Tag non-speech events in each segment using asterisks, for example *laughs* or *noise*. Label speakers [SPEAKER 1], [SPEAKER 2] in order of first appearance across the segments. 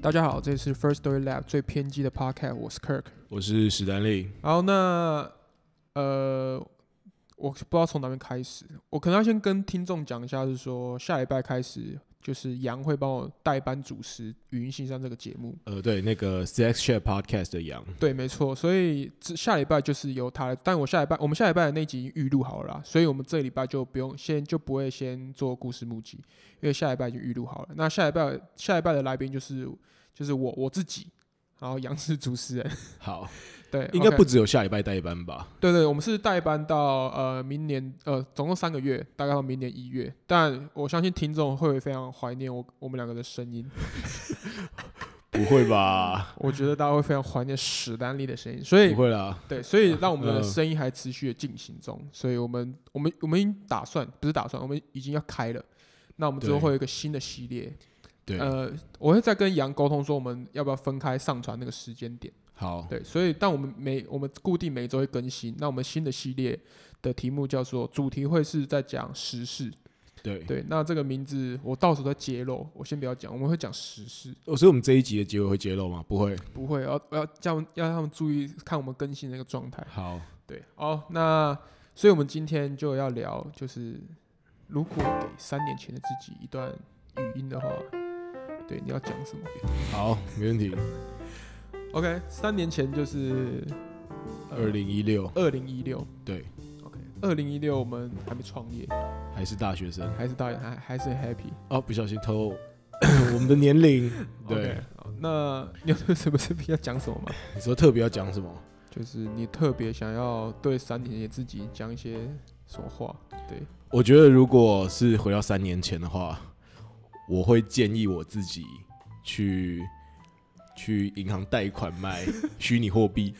[SPEAKER 1] 大家好，这是 First Story Lab 最偏激的 Podcast，我是 Kirk。
[SPEAKER 2] 我是史丹利。
[SPEAKER 1] 然后那呃，我不知道从哪边开始，我可能要先跟听众讲一下，是说下礼拜开始，就是杨会帮我代班主持《语音信箱》这个节目。
[SPEAKER 2] 呃，对，那个 CX Share Podcast 的杨，
[SPEAKER 1] 对，没错，所以这下礼拜就是由他来，但我下礼拜我们下礼拜的那集已经预录好了啦，所以我们这礼拜就不用先就不会先做故事募集，因为下礼拜已经预录好了。那下礼拜下礼拜的来宾就是就是我我自己，然后杨是主持人，
[SPEAKER 2] 好，
[SPEAKER 1] 对，
[SPEAKER 2] 应该
[SPEAKER 1] OK
[SPEAKER 2] 不只有下礼拜代班吧？
[SPEAKER 1] 对对，我们是代班到呃明年呃总共三个月，大概到明年一月。但我相信听众会非常怀念我我们两个的声
[SPEAKER 2] *laughs*
[SPEAKER 1] 音，
[SPEAKER 2] 不会吧？
[SPEAKER 1] 我觉得大家会非常怀念史丹利的声音，所以
[SPEAKER 2] 不会啦。
[SPEAKER 1] *laughs* 对，所以让我们的
[SPEAKER 2] 嗯
[SPEAKER 1] 声音还持续的进行中。所以我们我们我们已经打算不是打算，我们已经要开了。那我们之后
[SPEAKER 2] 对
[SPEAKER 1] 会有一个新的系列，
[SPEAKER 2] 对，
[SPEAKER 1] 呃，我会再跟杨沟通说我们要不要分开上传那个时间点。
[SPEAKER 2] 好，
[SPEAKER 1] 对，所以但我们每我们固定每周会更新。那我们新的系列的题目叫做主题会是在讲时事。
[SPEAKER 2] 对，
[SPEAKER 1] 对，那这个名字我到时候再揭露，我先不要讲，我们会讲时事，
[SPEAKER 2] 哦所以我们这一集的结尾会揭露吗？不会。
[SPEAKER 1] 不会要要叫要让他们注意看我们更新的一个状态。
[SPEAKER 2] 好，
[SPEAKER 1] 对，哦，那所以我们今天就要聊，就是如果给三年前的自己一段语音的话，对，你要讲什么
[SPEAKER 2] 好，没问题。
[SPEAKER 1] ？OK，三年前就是呃
[SPEAKER 2] 二零一六，
[SPEAKER 1] 二零一六
[SPEAKER 2] 对，
[SPEAKER 1] ，OK，二零一六我们还没创业，
[SPEAKER 2] 还是大学生
[SPEAKER 1] 还是大还还是很 happy。
[SPEAKER 2] 哦，不小心透露 *coughs* 我们的年龄。对
[SPEAKER 1] OK，，好那你有什么事情要讲什么吗？ *laughs*
[SPEAKER 2] 你说特别要讲什么？
[SPEAKER 1] 就是你特别想要对三年前的自己讲一些什么
[SPEAKER 2] *laughs*
[SPEAKER 1] 话？对，
[SPEAKER 2] 我觉得如果是回到三年前的话，我会建议我自己去去银行贷款买虚拟
[SPEAKER 1] *laughs*
[SPEAKER 2] 货币。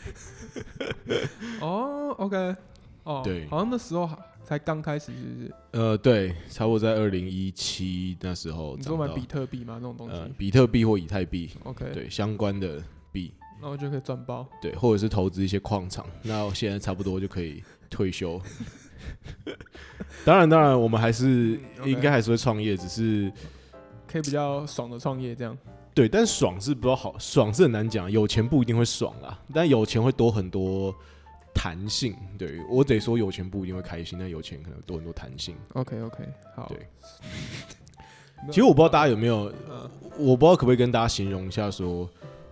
[SPEAKER 1] 哦，OK，哦，
[SPEAKER 2] 对
[SPEAKER 1] 好像那时候还才刚开始，是不是？
[SPEAKER 2] 呃，对，差不多在二零一七那时候
[SPEAKER 1] 你
[SPEAKER 2] 涨
[SPEAKER 1] 说
[SPEAKER 2] 到，
[SPEAKER 1] 买比特币吗？那种东西、
[SPEAKER 2] 呃比特币或以太币，
[SPEAKER 1] o k
[SPEAKER 2] 对相关的币，
[SPEAKER 1] 那我就可以赚包。
[SPEAKER 2] 对，或者是投资一些矿场。那我现在差不多就可以退
[SPEAKER 1] *laughs*
[SPEAKER 2] 休。当然，当然，我们还是
[SPEAKER 1] 嗯，OK
[SPEAKER 2] 应该还是会创业，只是
[SPEAKER 1] 可以比较爽的创业这样。
[SPEAKER 2] 对，但爽是不知道好，爽是很难讲，有钱不一定会爽啦，但有钱会多很多弹性。对我得说，有钱不一定会开心，但有钱可能多很多弹性。
[SPEAKER 1] OK OK，好。
[SPEAKER 2] 对
[SPEAKER 1] 没有
[SPEAKER 2] 其实我不知道大家有没有，
[SPEAKER 1] 嗯
[SPEAKER 2] 我不知道可不可以跟大家形容一下说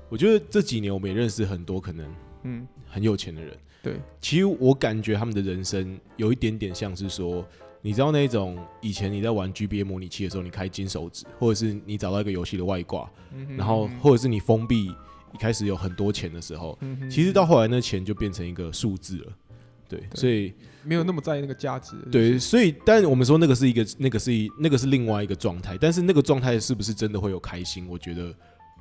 [SPEAKER 2] 我觉得这几年我们也认识很多可能
[SPEAKER 1] 嗯，
[SPEAKER 2] 很有钱的人，
[SPEAKER 1] 对，
[SPEAKER 2] 其实我感觉他们的人生有一点点像是说，你知道那种以前你在玩 GBA 模拟器的时候，你开金手指，或者是你找到一个游戏的外挂，
[SPEAKER 1] 嗯哼
[SPEAKER 2] 然后
[SPEAKER 1] 嗯哼
[SPEAKER 2] 或者是你封闭一开始有很多钱的时候，
[SPEAKER 1] 嗯哼
[SPEAKER 2] 其实到后来那钱就变成一个数字了。对，所以
[SPEAKER 1] 没有那么在意那个价值。
[SPEAKER 2] 对，所以但我们说那个是一个，那个是一，那个是另外一个状态，但是那个状态是不是真的会有开心？我觉得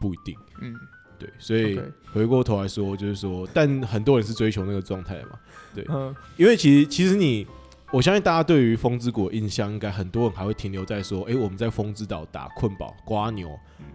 [SPEAKER 2] 不一定。
[SPEAKER 1] 嗯，
[SPEAKER 2] 对，所以
[SPEAKER 1] OK
[SPEAKER 2] 回过头来说，就是说，但很多人是追求那个状态嘛，对
[SPEAKER 1] 嗯，
[SPEAKER 2] 因为其实其实你，我相信大家对于风之谷的印象，应该很多人还会停留在说，诶，我们在风之岛打困宝、瓜牛，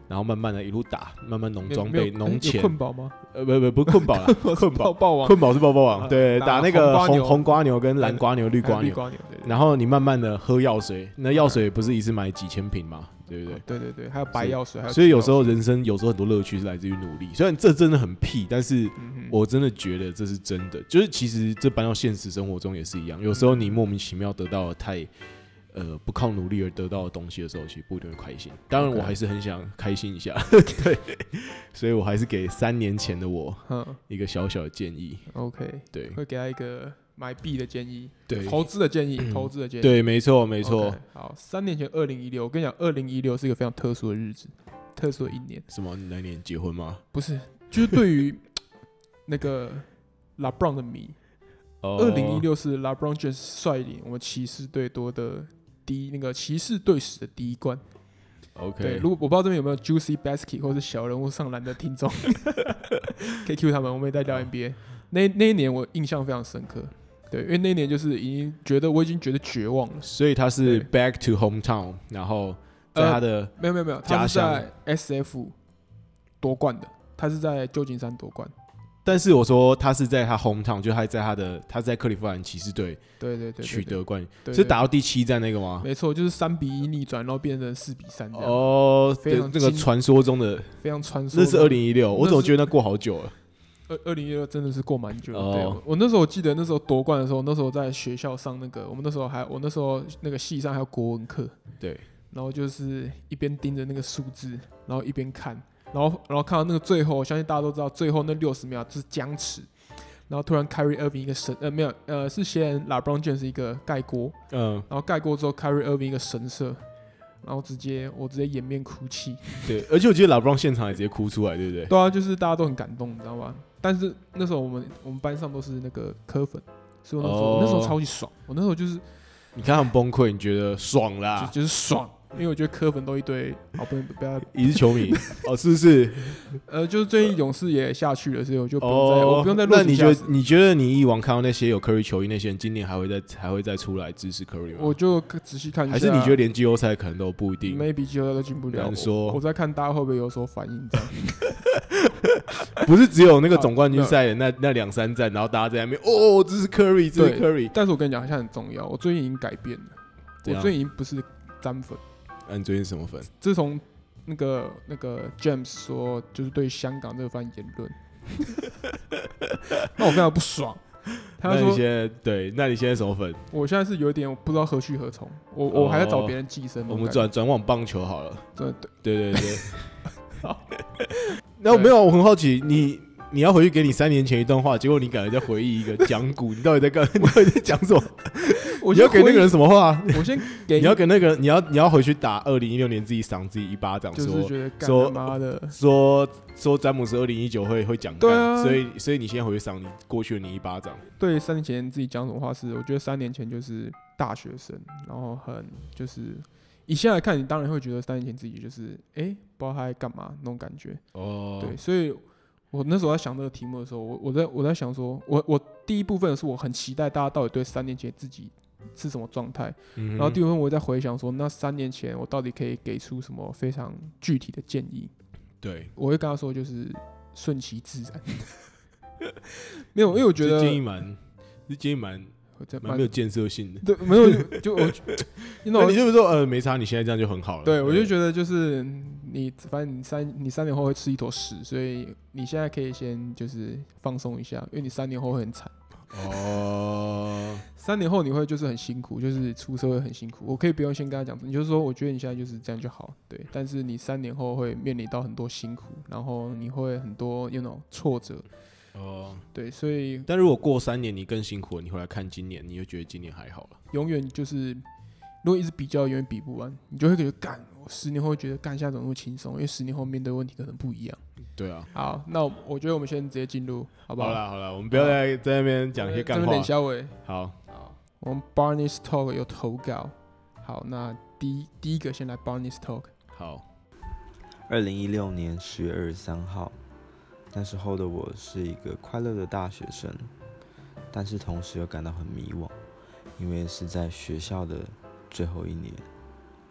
[SPEAKER 2] 然后慢慢的一路打，慢慢农
[SPEAKER 1] 嗯没有
[SPEAKER 2] 装
[SPEAKER 1] 没有
[SPEAKER 2] 备、
[SPEAKER 1] 哎有
[SPEAKER 2] 农钱，
[SPEAKER 1] 困饱吗？
[SPEAKER 2] 呃，不不不，困
[SPEAKER 1] *laughs*
[SPEAKER 2] 宝啦， *laughs* 困
[SPEAKER 1] 爆
[SPEAKER 2] 宝，
[SPEAKER 1] 爆王，
[SPEAKER 2] 困宝是爆爆王，
[SPEAKER 1] 呃
[SPEAKER 2] 对，
[SPEAKER 1] 打
[SPEAKER 2] 打那个
[SPEAKER 1] 红瓜牛
[SPEAKER 2] 红红瓜牛跟蓝
[SPEAKER 1] 蓝
[SPEAKER 2] 瓜牛、绿
[SPEAKER 1] 还有
[SPEAKER 2] 瓜
[SPEAKER 1] 绿
[SPEAKER 2] 牛，
[SPEAKER 1] 瓜牛，嗯对对
[SPEAKER 2] 然后你慢慢的喝药水，那药水不是一次买几千瓶嘛，对不对？
[SPEAKER 1] 对对对，还有白药水，还
[SPEAKER 2] 所以有时
[SPEAKER 1] 候，
[SPEAKER 2] 候人生有时候很多乐趣是来自于努力，虽然这真的很屁，但是
[SPEAKER 1] 嗯哼
[SPEAKER 2] 我真的觉得这是真的。就是其实这搬到现实生活中也是一样，有时候你莫名其妙得到了太呃不靠努力而得到的东西的时候，其实不一定会开心。当然，
[SPEAKER 1] OK
[SPEAKER 2] 我还是很想开心一
[SPEAKER 1] *laughs*
[SPEAKER 2] 下，对，所以我还是给三年前的我
[SPEAKER 1] 嗯
[SPEAKER 2] 一个小小的建议，
[SPEAKER 1] ，OK，
[SPEAKER 2] 对
[SPEAKER 1] 会给他一个买币的建议，
[SPEAKER 2] 对
[SPEAKER 1] 投资的建议，投资的建议，
[SPEAKER 2] 对，没错没
[SPEAKER 1] OK，
[SPEAKER 2] 错。
[SPEAKER 1] 好，三年前二零一六，我跟你讲，二零一六是一个非常特殊的日子，特殊的一年，
[SPEAKER 2] 什么？你那年结婚吗？
[SPEAKER 1] 不是，就是对
[SPEAKER 2] *laughs*
[SPEAKER 1] 于那个 LeBron 的迷，二
[SPEAKER 2] 二
[SPEAKER 1] 零一六是 LeBron James 率领我们骑士队夺得第一那个骑士队史的第一冠。对，
[SPEAKER 2] ，OK，
[SPEAKER 1] 如果我不知道这边有没有 Juicy Basket 或是小人物上篮的
[SPEAKER 2] *laughs*
[SPEAKER 1] 听众，可以 Q 他们，我们也在聊 NBA。那那一年我印象非常深刻，对，因为那一年就是已经觉得我已经觉得绝望了。
[SPEAKER 2] 所以他
[SPEAKER 1] 对
[SPEAKER 2] 是
[SPEAKER 1] 呃
[SPEAKER 2] back to hometown，然后在他的
[SPEAKER 1] 没有没有没有，他
[SPEAKER 2] 家
[SPEAKER 1] 是
[SPEAKER 2] 乡
[SPEAKER 1] 在 SF 夺冠的，他是在旧金山夺冠。
[SPEAKER 2] 但是我说他是在他 hometown，就他在他的他是在克利夫兰骑士队
[SPEAKER 1] 对对对对，
[SPEAKER 2] 取
[SPEAKER 1] 对
[SPEAKER 2] 得冠军，
[SPEAKER 1] 对
[SPEAKER 2] 是
[SPEAKER 1] 对
[SPEAKER 2] 打到第七站那个吗？
[SPEAKER 1] 没错，就是三比一逆转，然后变成四比三这样，
[SPEAKER 2] 哦，
[SPEAKER 1] 非
[SPEAKER 2] 对，
[SPEAKER 1] 常
[SPEAKER 2] 那个
[SPEAKER 1] 精
[SPEAKER 2] 传说中的
[SPEAKER 1] 非常传说。
[SPEAKER 2] 那是二零一六，我
[SPEAKER 1] 那
[SPEAKER 2] 总
[SPEAKER 1] 是
[SPEAKER 2] 觉得那过好久
[SPEAKER 1] *laughs*
[SPEAKER 2] 了。
[SPEAKER 1] 二二零一六真的是过蛮久的。
[SPEAKER 2] 哦
[SPEAKER 1] 对，我我那时候我记得那时候夺冠的时候，那时候在学校上那个，我们那时候还我那时候那个系上还有国文课，
[SPEAKER 2] 对，
[SPEAKER 1] 然后就是一边盯着那个数字，然后一边看，然后然后看到那个最后，我相信大家都知道，最后那六十秒就是僵持。然后突然 Carry Irving 一个神呃没有呃是先 LeBron James 一个盖锅，
[SPEAKER 2] 嗯，
[SPEAKER 1] 然后盖锅之后 Carry Irving 一个神射，然后直接我直接掩面哭泣。
[SPEAKER 2] 对，而且我记得老布朗现场也直接哭出来，对不对？
[SPEAKER 1] 对啊，就是大家都很感动，你知道吗？但是那时候我们我们班上都是那个科粉，所以我那时候、
[SPEAKER 2] 哦
[SPEAKER 1] 我那时候超级爽，我那时候就是、
[SPEAKER 2] 你看他们崩溃，你觉得爽啦？
[SPEAKER 1] 就就是爽，因为我觉得科粉都一堆好朋友，不要
[SPEAKER 2] 你是球迷
[SPEAKER 1] *laughs*
[SPEAKER 2] 哦，是不是？
[SPEAKER 1] 呃，就是最近勇士也下去了，所以我就不用再、
[SPEAKER 2] 哦，
[SPEAKER 1] 我不用再
[SPEAKER 2] 那
[SPEAKER 1] 落井
[SPEAKER 2] 你
[SPEAKER 1] 下
[SPEAKER 2] 觉
[SPEAKER 1] 石
[SPEAKER 2] 得，你觉得你以往看到那些有 Curry 球衣那些人，今年还会再还会再出来支持 Curry 吗？
[SPEAKER 1] 我啊就仔细看一下，
[SPEAKER 2] 还是你觉得连季后赛可能都不一定？
[SPEAKER 1] maybe 季后赛都进不了，
[SPEAKER 2] 难
[SPEAKER 1] 我
[SPEAKER 2] 说
[SPEAKER 1] 我在看大家会不会有所反应，这样 *laughs*
[SPEAKER 2] 不是只有那个
[SPEAKER 1] 啊
[SPEAKER 2] 总冠军
[SPEAKER 1] 没有
[SPEAKER 2] 赛的那那两三站，然后大家在那边哦，支持 Curry，支持
[SPEAKER 1] 对
[SPEAKER 2] Curry。
[SPEAKER 1] 但是我跟你讲，好像很重要，我最近已经改变了，
[SPEAKER 2] 怎
[SPEAKER 1] 我
[SPEAKER 2] 样
[SPEAKER 1] 最近已经不是詹粉。
[SPEAKER 2] 那你最近是什么粉？
[SPEAKER 1] 自从那个那个 James 说，就是对香港这番言论， *laughs* 那我非常不爽。他
[SPEAKER 2] 那你
[SPEAKER 1] 说
[SPEAKER 2] 现在对，那你现在什么粉？：“
[SPEAKER 1] 我现在是有一点我不知道何去何从，我我还在找别人寄生。”
[SPEAKER 2] 哦我们转转往棒球好了。
[SPEAKER 1] 对对，
[SPEAKER 2] 对对
[SPEAKER 1] *laughs*
[SPEAKER 2] 对。那我没有，我很好奇，你你要回去给你三年前一段话，结果你赶快在回忆一个讲古，你到底在干？你 *laughs* 到底在讲什么？
[SPEAKER 1] 我
[SPEAKER 2] 你要
[SPEAKER 1] 先
[SPEAKER 2] 给那个人
[SPEAKER 1] 回
[SPEAKER 2] 什么话？
[SPEAKER 1] 应，我先给
[SPEAKER 2] 你要给那个人，你要你要回去打二零一六年自己赏自己一巴掌，
[SPEAKER 1] 就是
[SPEAKER 2] 说
[SPEAKER 1] 觉得干
[SPEAKER 2] 说
[SPEAKER 1] 他妈的，
[SPEAKER 2] 说说詹姆斯二零一九会会讲干，
[SPEAKER 1] 对啊
[SPEAKER 2] 所以所以你现在回去赏你过去的你一巴掌，
[SPEAKER 1] 对三年前自己讲什么话是，我觉得三年前就是大学生，然后很就是。以现在看，你当然会觉得三年前自己就是哎、不知道他在干嘛那种感觉。
[SPEAKER 2] 哦
[SPEAKER 1] 对，所以我那时候在想这个题目的时候，我我在我在想说，我我第一部分是我很期待大家到底对三年前自己是什么状态，
[SPEAKER 2] 然
[SPEAKER 1] 然后第
[SPEAKER 2] 嗯
[SPEAKER 1] 二部分我在回想说，那三年前我到底可以给出什么非常具体的建议？
[SPEAKER 2] 对，
[SPEAKER 1] 我会跟他说，就是顺其自然。 *laughs* 没有，因为我觉
[SPEAKER 2] 这
[SPEAKER 1] 得
[SPEAKER 2] 建议蛮，这建议蛮
[SPEAKER 1] 我在
[SPEAKER 2] 蛮没有建设性的。
[SPEAKER 1] 对，没有就
[SPEAKER 2] *laughs*
[SPEAKER 1] 就我，那
[SPEAKER 2] 那
[SPEAKER 1] 我
[SPEAKER 2] 你就是说，呃，没差，你现在这样就很好了。
[SPEAKER 1] 对我就觉得就是你，反正你三你三年后会吃一坨屎，所以你现在可以先就是放松一下，因为你三年后会很惨。
[SPEAKER 2] 哦，
[SPEAKER 1] 三年后你会就是很辛苦，就是出社会很辛苦。我可以不用先跟他讲，你就说我觉得你现在就是这样就好，对。但是你三年后会面临到很多辛苦，然后你会很多那种挫折，
[SPEAKER 2] 哦。
[SPEAKER 1] 对。所以
[SPEAKER 2] 但如果过三年你更辛苦了，你回来看今年，你就觉得今年还好了。
[SPEAKER 1] 永远就是如果一直比较，永远比不完，你就会觉得干。我十年后会觉得干一下怎么那么轻松？因为十年后面对的问题可能不一样。
[SPEAKER 2] 对啊，
[SPEAKER 1] 好，那我我觉得我们先直接进入，好不
[SPEAKER 2] 好
[SPEAKER 1] 好？
[SPEAKER 2] 啦好啦，我们不要再在那边讲一些干
[SPEAKER 1] 这边啊
[SPEAKER 2] 话
[SPEAKER 1] 冷。小伟，
[SPEAKER 2] 好，
[SPEAKER 1] 我们 Barney's Talk 有投稿。好，那第一第一个先来 Barney's Talk。
[SPEAKER 2] 好，
[SPEAKER 3] 二零一六年十月二十三号，那时候的我是一个快乐的大学生，但是同时又感到很迷惘，因为是在学校的最后一年，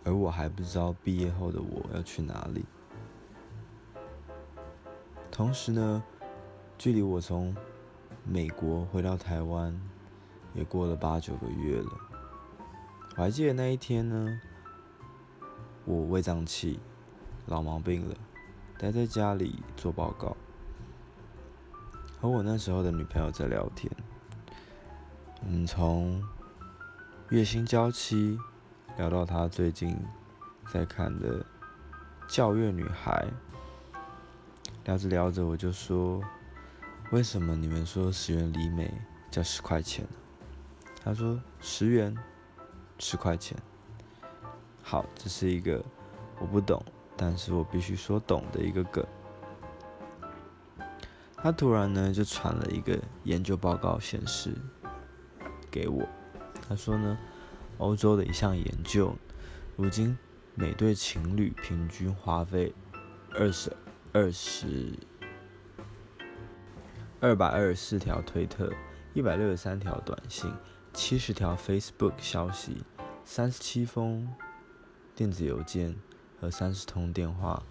[SPEAKER 3] 而我还不知道毕业后的我要去哪里。同时呢，距离我从美国回到台湾也过了八九个月了。我还记得那一天呢，我胃胀气，老毛病了，待在家里做报告，和我那时候的女朋友在聊天。我们从月薪娇妻聊到她最近在看的《教育女孩》，聊着聊着我就说：“为什么你们说十元里美叫十块钱呢？”她说：“十元，十块钱。”好，这是一个我不懂。但是我必须说懂的一个梗。他突然呢就传了一个研究报告显示给我，他说呢，欧洲的一项研究，如今每对情侣平均花费二十二十二百二十四条推特，一百六十三条短信，七十条 Facebook 消息，三十七封电子邮件，和三十通电话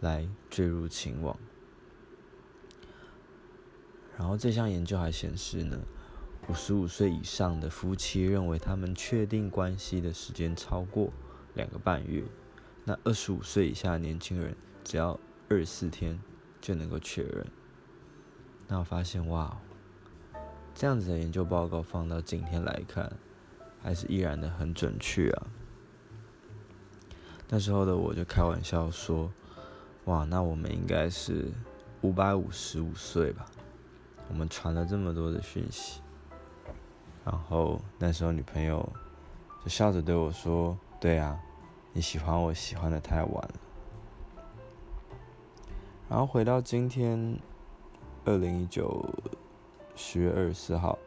[SPEAKER 3] 来坠入情网。然后这项研究还显示呢，五十五岁以上的夫妻认为他们确定关系的时间超过两个半月，那二十五岁以下的年轻人只要二十四天就能够确认。那我发现哇，哦这样子的研究报告放到今天来看，还是依然的很准确啊。那时候的我就开玩笑说，哇，那我们应该是五百五十五岁吧。我们传了这么多的讯息，然后那时候女朋友就笑着对我说：“对啊，你喜欢我喜欢的太晚了。”然后回到今天，二零一九十月二十四号，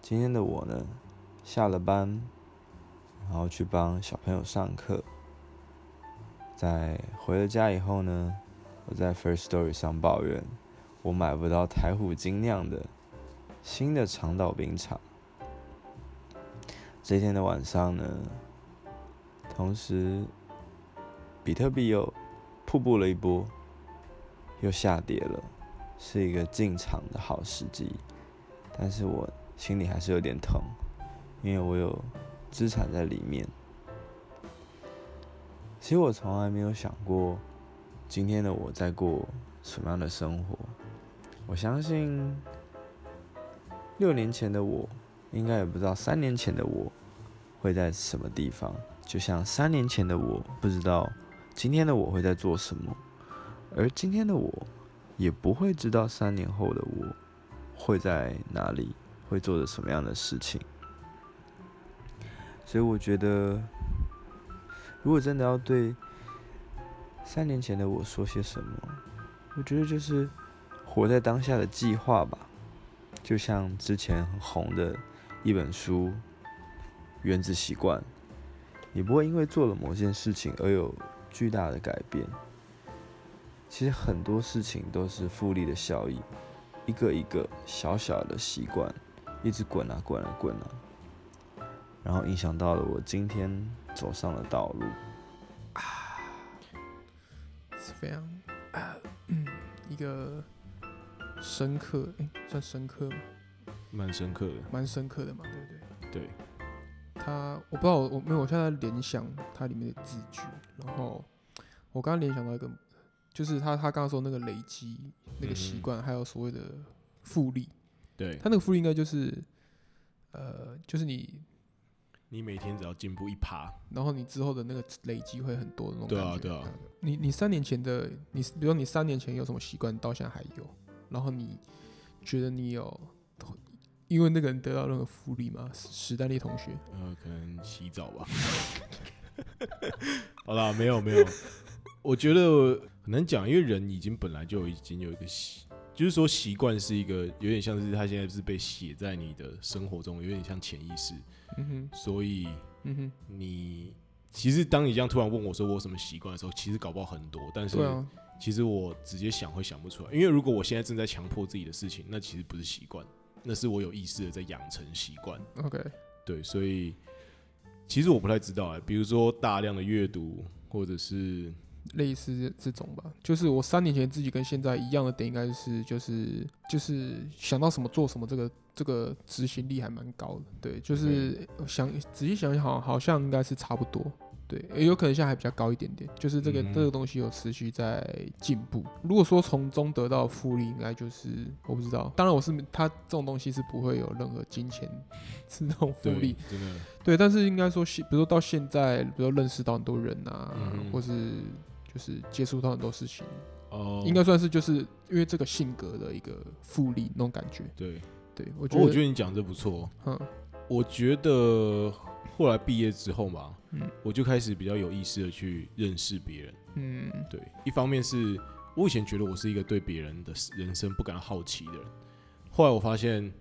[SPEAKER 3] 今天的我呢，下了班，然后去帮小朋友上课，在回了家以后呢，我在 First Story 上抱怨。我买不到台虎精酿的新的长岛冰茶。这天的晚上呢，同时比特币又瀑布了一波，又下跌了，是一个进场的好时机。但是我心里还是有点疼，因为我有资产在里面。其实我从来没有想过，今天的我在过什么样的生活。我相信六年前的我，应该也不知道三年前的我会在什么地方。就像三年前的我不知道今天的我会在做什么，而今天的我也不会知道三年后的我会在哪里，会做着什么样的事情。所以我觉得，如果真的要对三年前的我说些什么，我觉得就是活在当下的计划吧，就像之前很红的一本书《原子习惯》，你不会因为做了某件事情而有巨大的改变。其实很多事情都是复利的效应，一个一个小小的习惯，一直滚啊滚啊滚啊，然后影响到了我今天走上了道路。
[SPEAKER 1] 是非常啊嗯一个深刻，哎、算深刻吗？
[SPEAKER 2] 蛮深刻的。
[SPEAKER 1] 蛮深刻的嘛，对不对？
[SPEAKER 2] 对，
[SPEAKER 1] 他我不知道我我没有，我现在联想它里面的字句，然后我刚刚联想到一个，就是他他刚刚说那个累积那个习惯，还有所谓的复利，
[SPEAKER 2] 对
[SPEAKER 1] 他那个复利应该就是呃，就是你，
[SPEAKER 2] 你每天只要进步一趴，
[SPEAKER 1] 然后你之后的那个累积会很多的那种
[SPEAKER 2] 对
[SPEAKER 1] 感
[SPEAKER 2] 啊
[SPEAKER 1] 觉。
[SPEAKER 2] 对啊
[SPEAKER 1] 嗯你你三年前的你，比如说你三年前有什么习惯，到现在还有，然后你觉得你有。因为那个人得到任何福利吗？史史丹利同学，
[SPEAKER 2] 呃，可能洗澡
[SPEAKER 1] *laughs*
[SPEAKER 2] 吧。好啦，没有没有，我觉得很难讲，因为人已经本来就已经有一个习，就是说习惯是一个有点像是他现在是被写在你的生活中，有点像潜意识，
[SPEAKER 1] 嗯哼，
[SPEAKER 2] 所以
[SPEAKER 1] 嗯哼，
[SPEAKER 2] 你其实当你这样突然问我说我有什么习惯的时候，其实搞不好很多，但是
[SPEAKER 1] 对啊，
[SPEAKER 2] 其实我直接想会想不出来，因为如果我现在正在强迫自己的事情，那其实不是习惯，那是我有意识的在养成习惯。
[SPEAKER 1] OK，
[SPEAKER 2] 对，所以其实我不太知道哎、比如说大量的阅读，或者是
[SPEAKER 1] 类似这种吧，就是我三年前自己跟现在一样的点，应该是就是就是想到什么做什么，这个这个执行力还蛮高的。对，就是呃想仔细想想，好好像应该是差不多。对，也有可能现在还比较高一点点，就是这个、
[SPEAKER 2] 嗯
[SPEAKER 1] 这个东西有持续在进步。如果说从中得到复利，应该就是我不知道。当然，我是它这种东西是不会有任何金钱 *laughs* 是那种复利
[SPEAKER 2] 对，，真的
[SPEAKER 1] 对，但是应该说现，比如说到现在，比如说认识到很多人啊，
[SPEAKER 2] 嗯哼
[SPEAKER 1] 或是就是接触到很多事情，
[SPEAKER 2] 哦，
[SPEAKER 1] 应该算是就是因为这个性格的一个复利那种感觉。
[SPEAKER 2] 对。
[SPEAKER 1] 对我觉
[SPEAKER 2] 哦
[SPEAKER 1] 得，
[SPEAKER 2] 我觉得你讲这不错，
[SPEAKER 1] 嗯，
[SPEAKER 2] 我觉得后来毕业之后嘛，
[SPEAKER 1] 嗯
[SPEAKER 2] 我就开始比较有意识的去认识别人。
[SPEAKER 1] 嗯
[SPEAKER 2] 对，一方面是我以前觉得我是一个对别人的人生不感到好奇的人，后来我发现，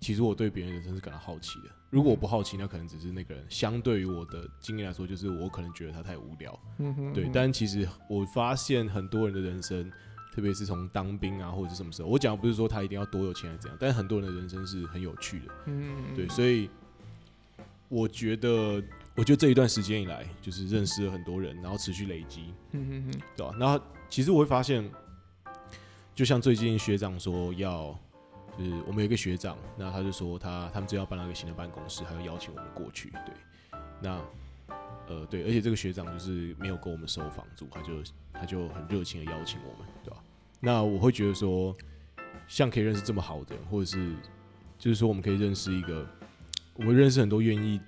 [SPEAKER 2] 其实我对别人的人生是感到好奇的。如果我不好奇，那可能只是那个人相对于我的经验来说，就是我可能觉得他太无聊。
[SPEAKER 1] 嗯哼，
[SPEAKER 2] 对，
[SPEAKER 1] 嗯
[SPEAKER 2] 但其实我发现很多人的人生，特别是从当兵啊或者是什么时候，我讲的不是说他一定要多有钱还是怎样，但是很多人的人生是很有趣的。
[SPEAKER 1] 嗯
[SPEAKER 2] 对，所以我觉得，我觉得这一段时间以来，就是认识了很多人，然后持续累积，
[SPEAKER 1] 嗯嗯嗯
[SPEAKER 2] 对吧、然后其实我会发现，就像最近学长说要，就是我们有一个学长，那他就说他他们就要搬到一个新的办公室，还要邀请我们过去。对，那呃对，而且这个学长就是没有跟我们收房租，他就他就很热情的邀请我们，对吧、那我会觉得说，像可以认识这么好的人，或者是就是说我们可以认识一个，我们认识很多愿意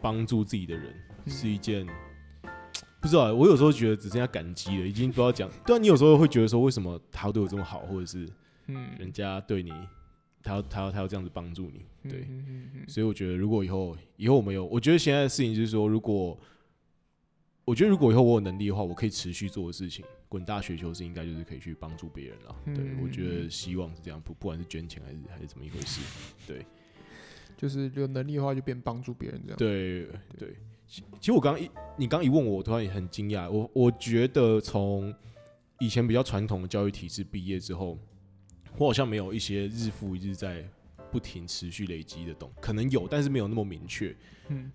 [SPEAKER 2] 帮助自己的人，
[SPEAKER 1] 嗯
[SPEAKER 2] 是一件。不知道欸，我有时候觉得只剩下感激了，已经不知道讲。对啊，你有时候会觉得说，为什么他对我这么好，或者是人
[SPEAKER 1] 嗯，
[SPEAKER 2] 家对你，他要他要他要这样子帮助你，对。
[SPEAKER 1] 嗯嗯嗯嗯
[SPEAKER 2] 所以我觉得，如果以后以后我们有，我觉得现在的事情就是说，如果我觉得如果以后我有能力的话，我可以持续做的事情，滚大雪球是应该就是可以去帮助别人了。
[SPEAKER 1] 嗯
[SPEAKER 2] 对，我觉得希望是这样，不不管是捐钱还是还是怎么一回事。
[SPEAKER 1] 就是有能力的话就变帮助别人这样。
[SPEAKER 2] 对对，其其实我刚一你刚一问我，我突然也很惊讶。我我觉得从以前比较传统的教育体制毕业之后，我好像没有一些日复一日在不停持续累积的东，可能有，但是没有那么明确。
[SPEAKER 1] 嗯，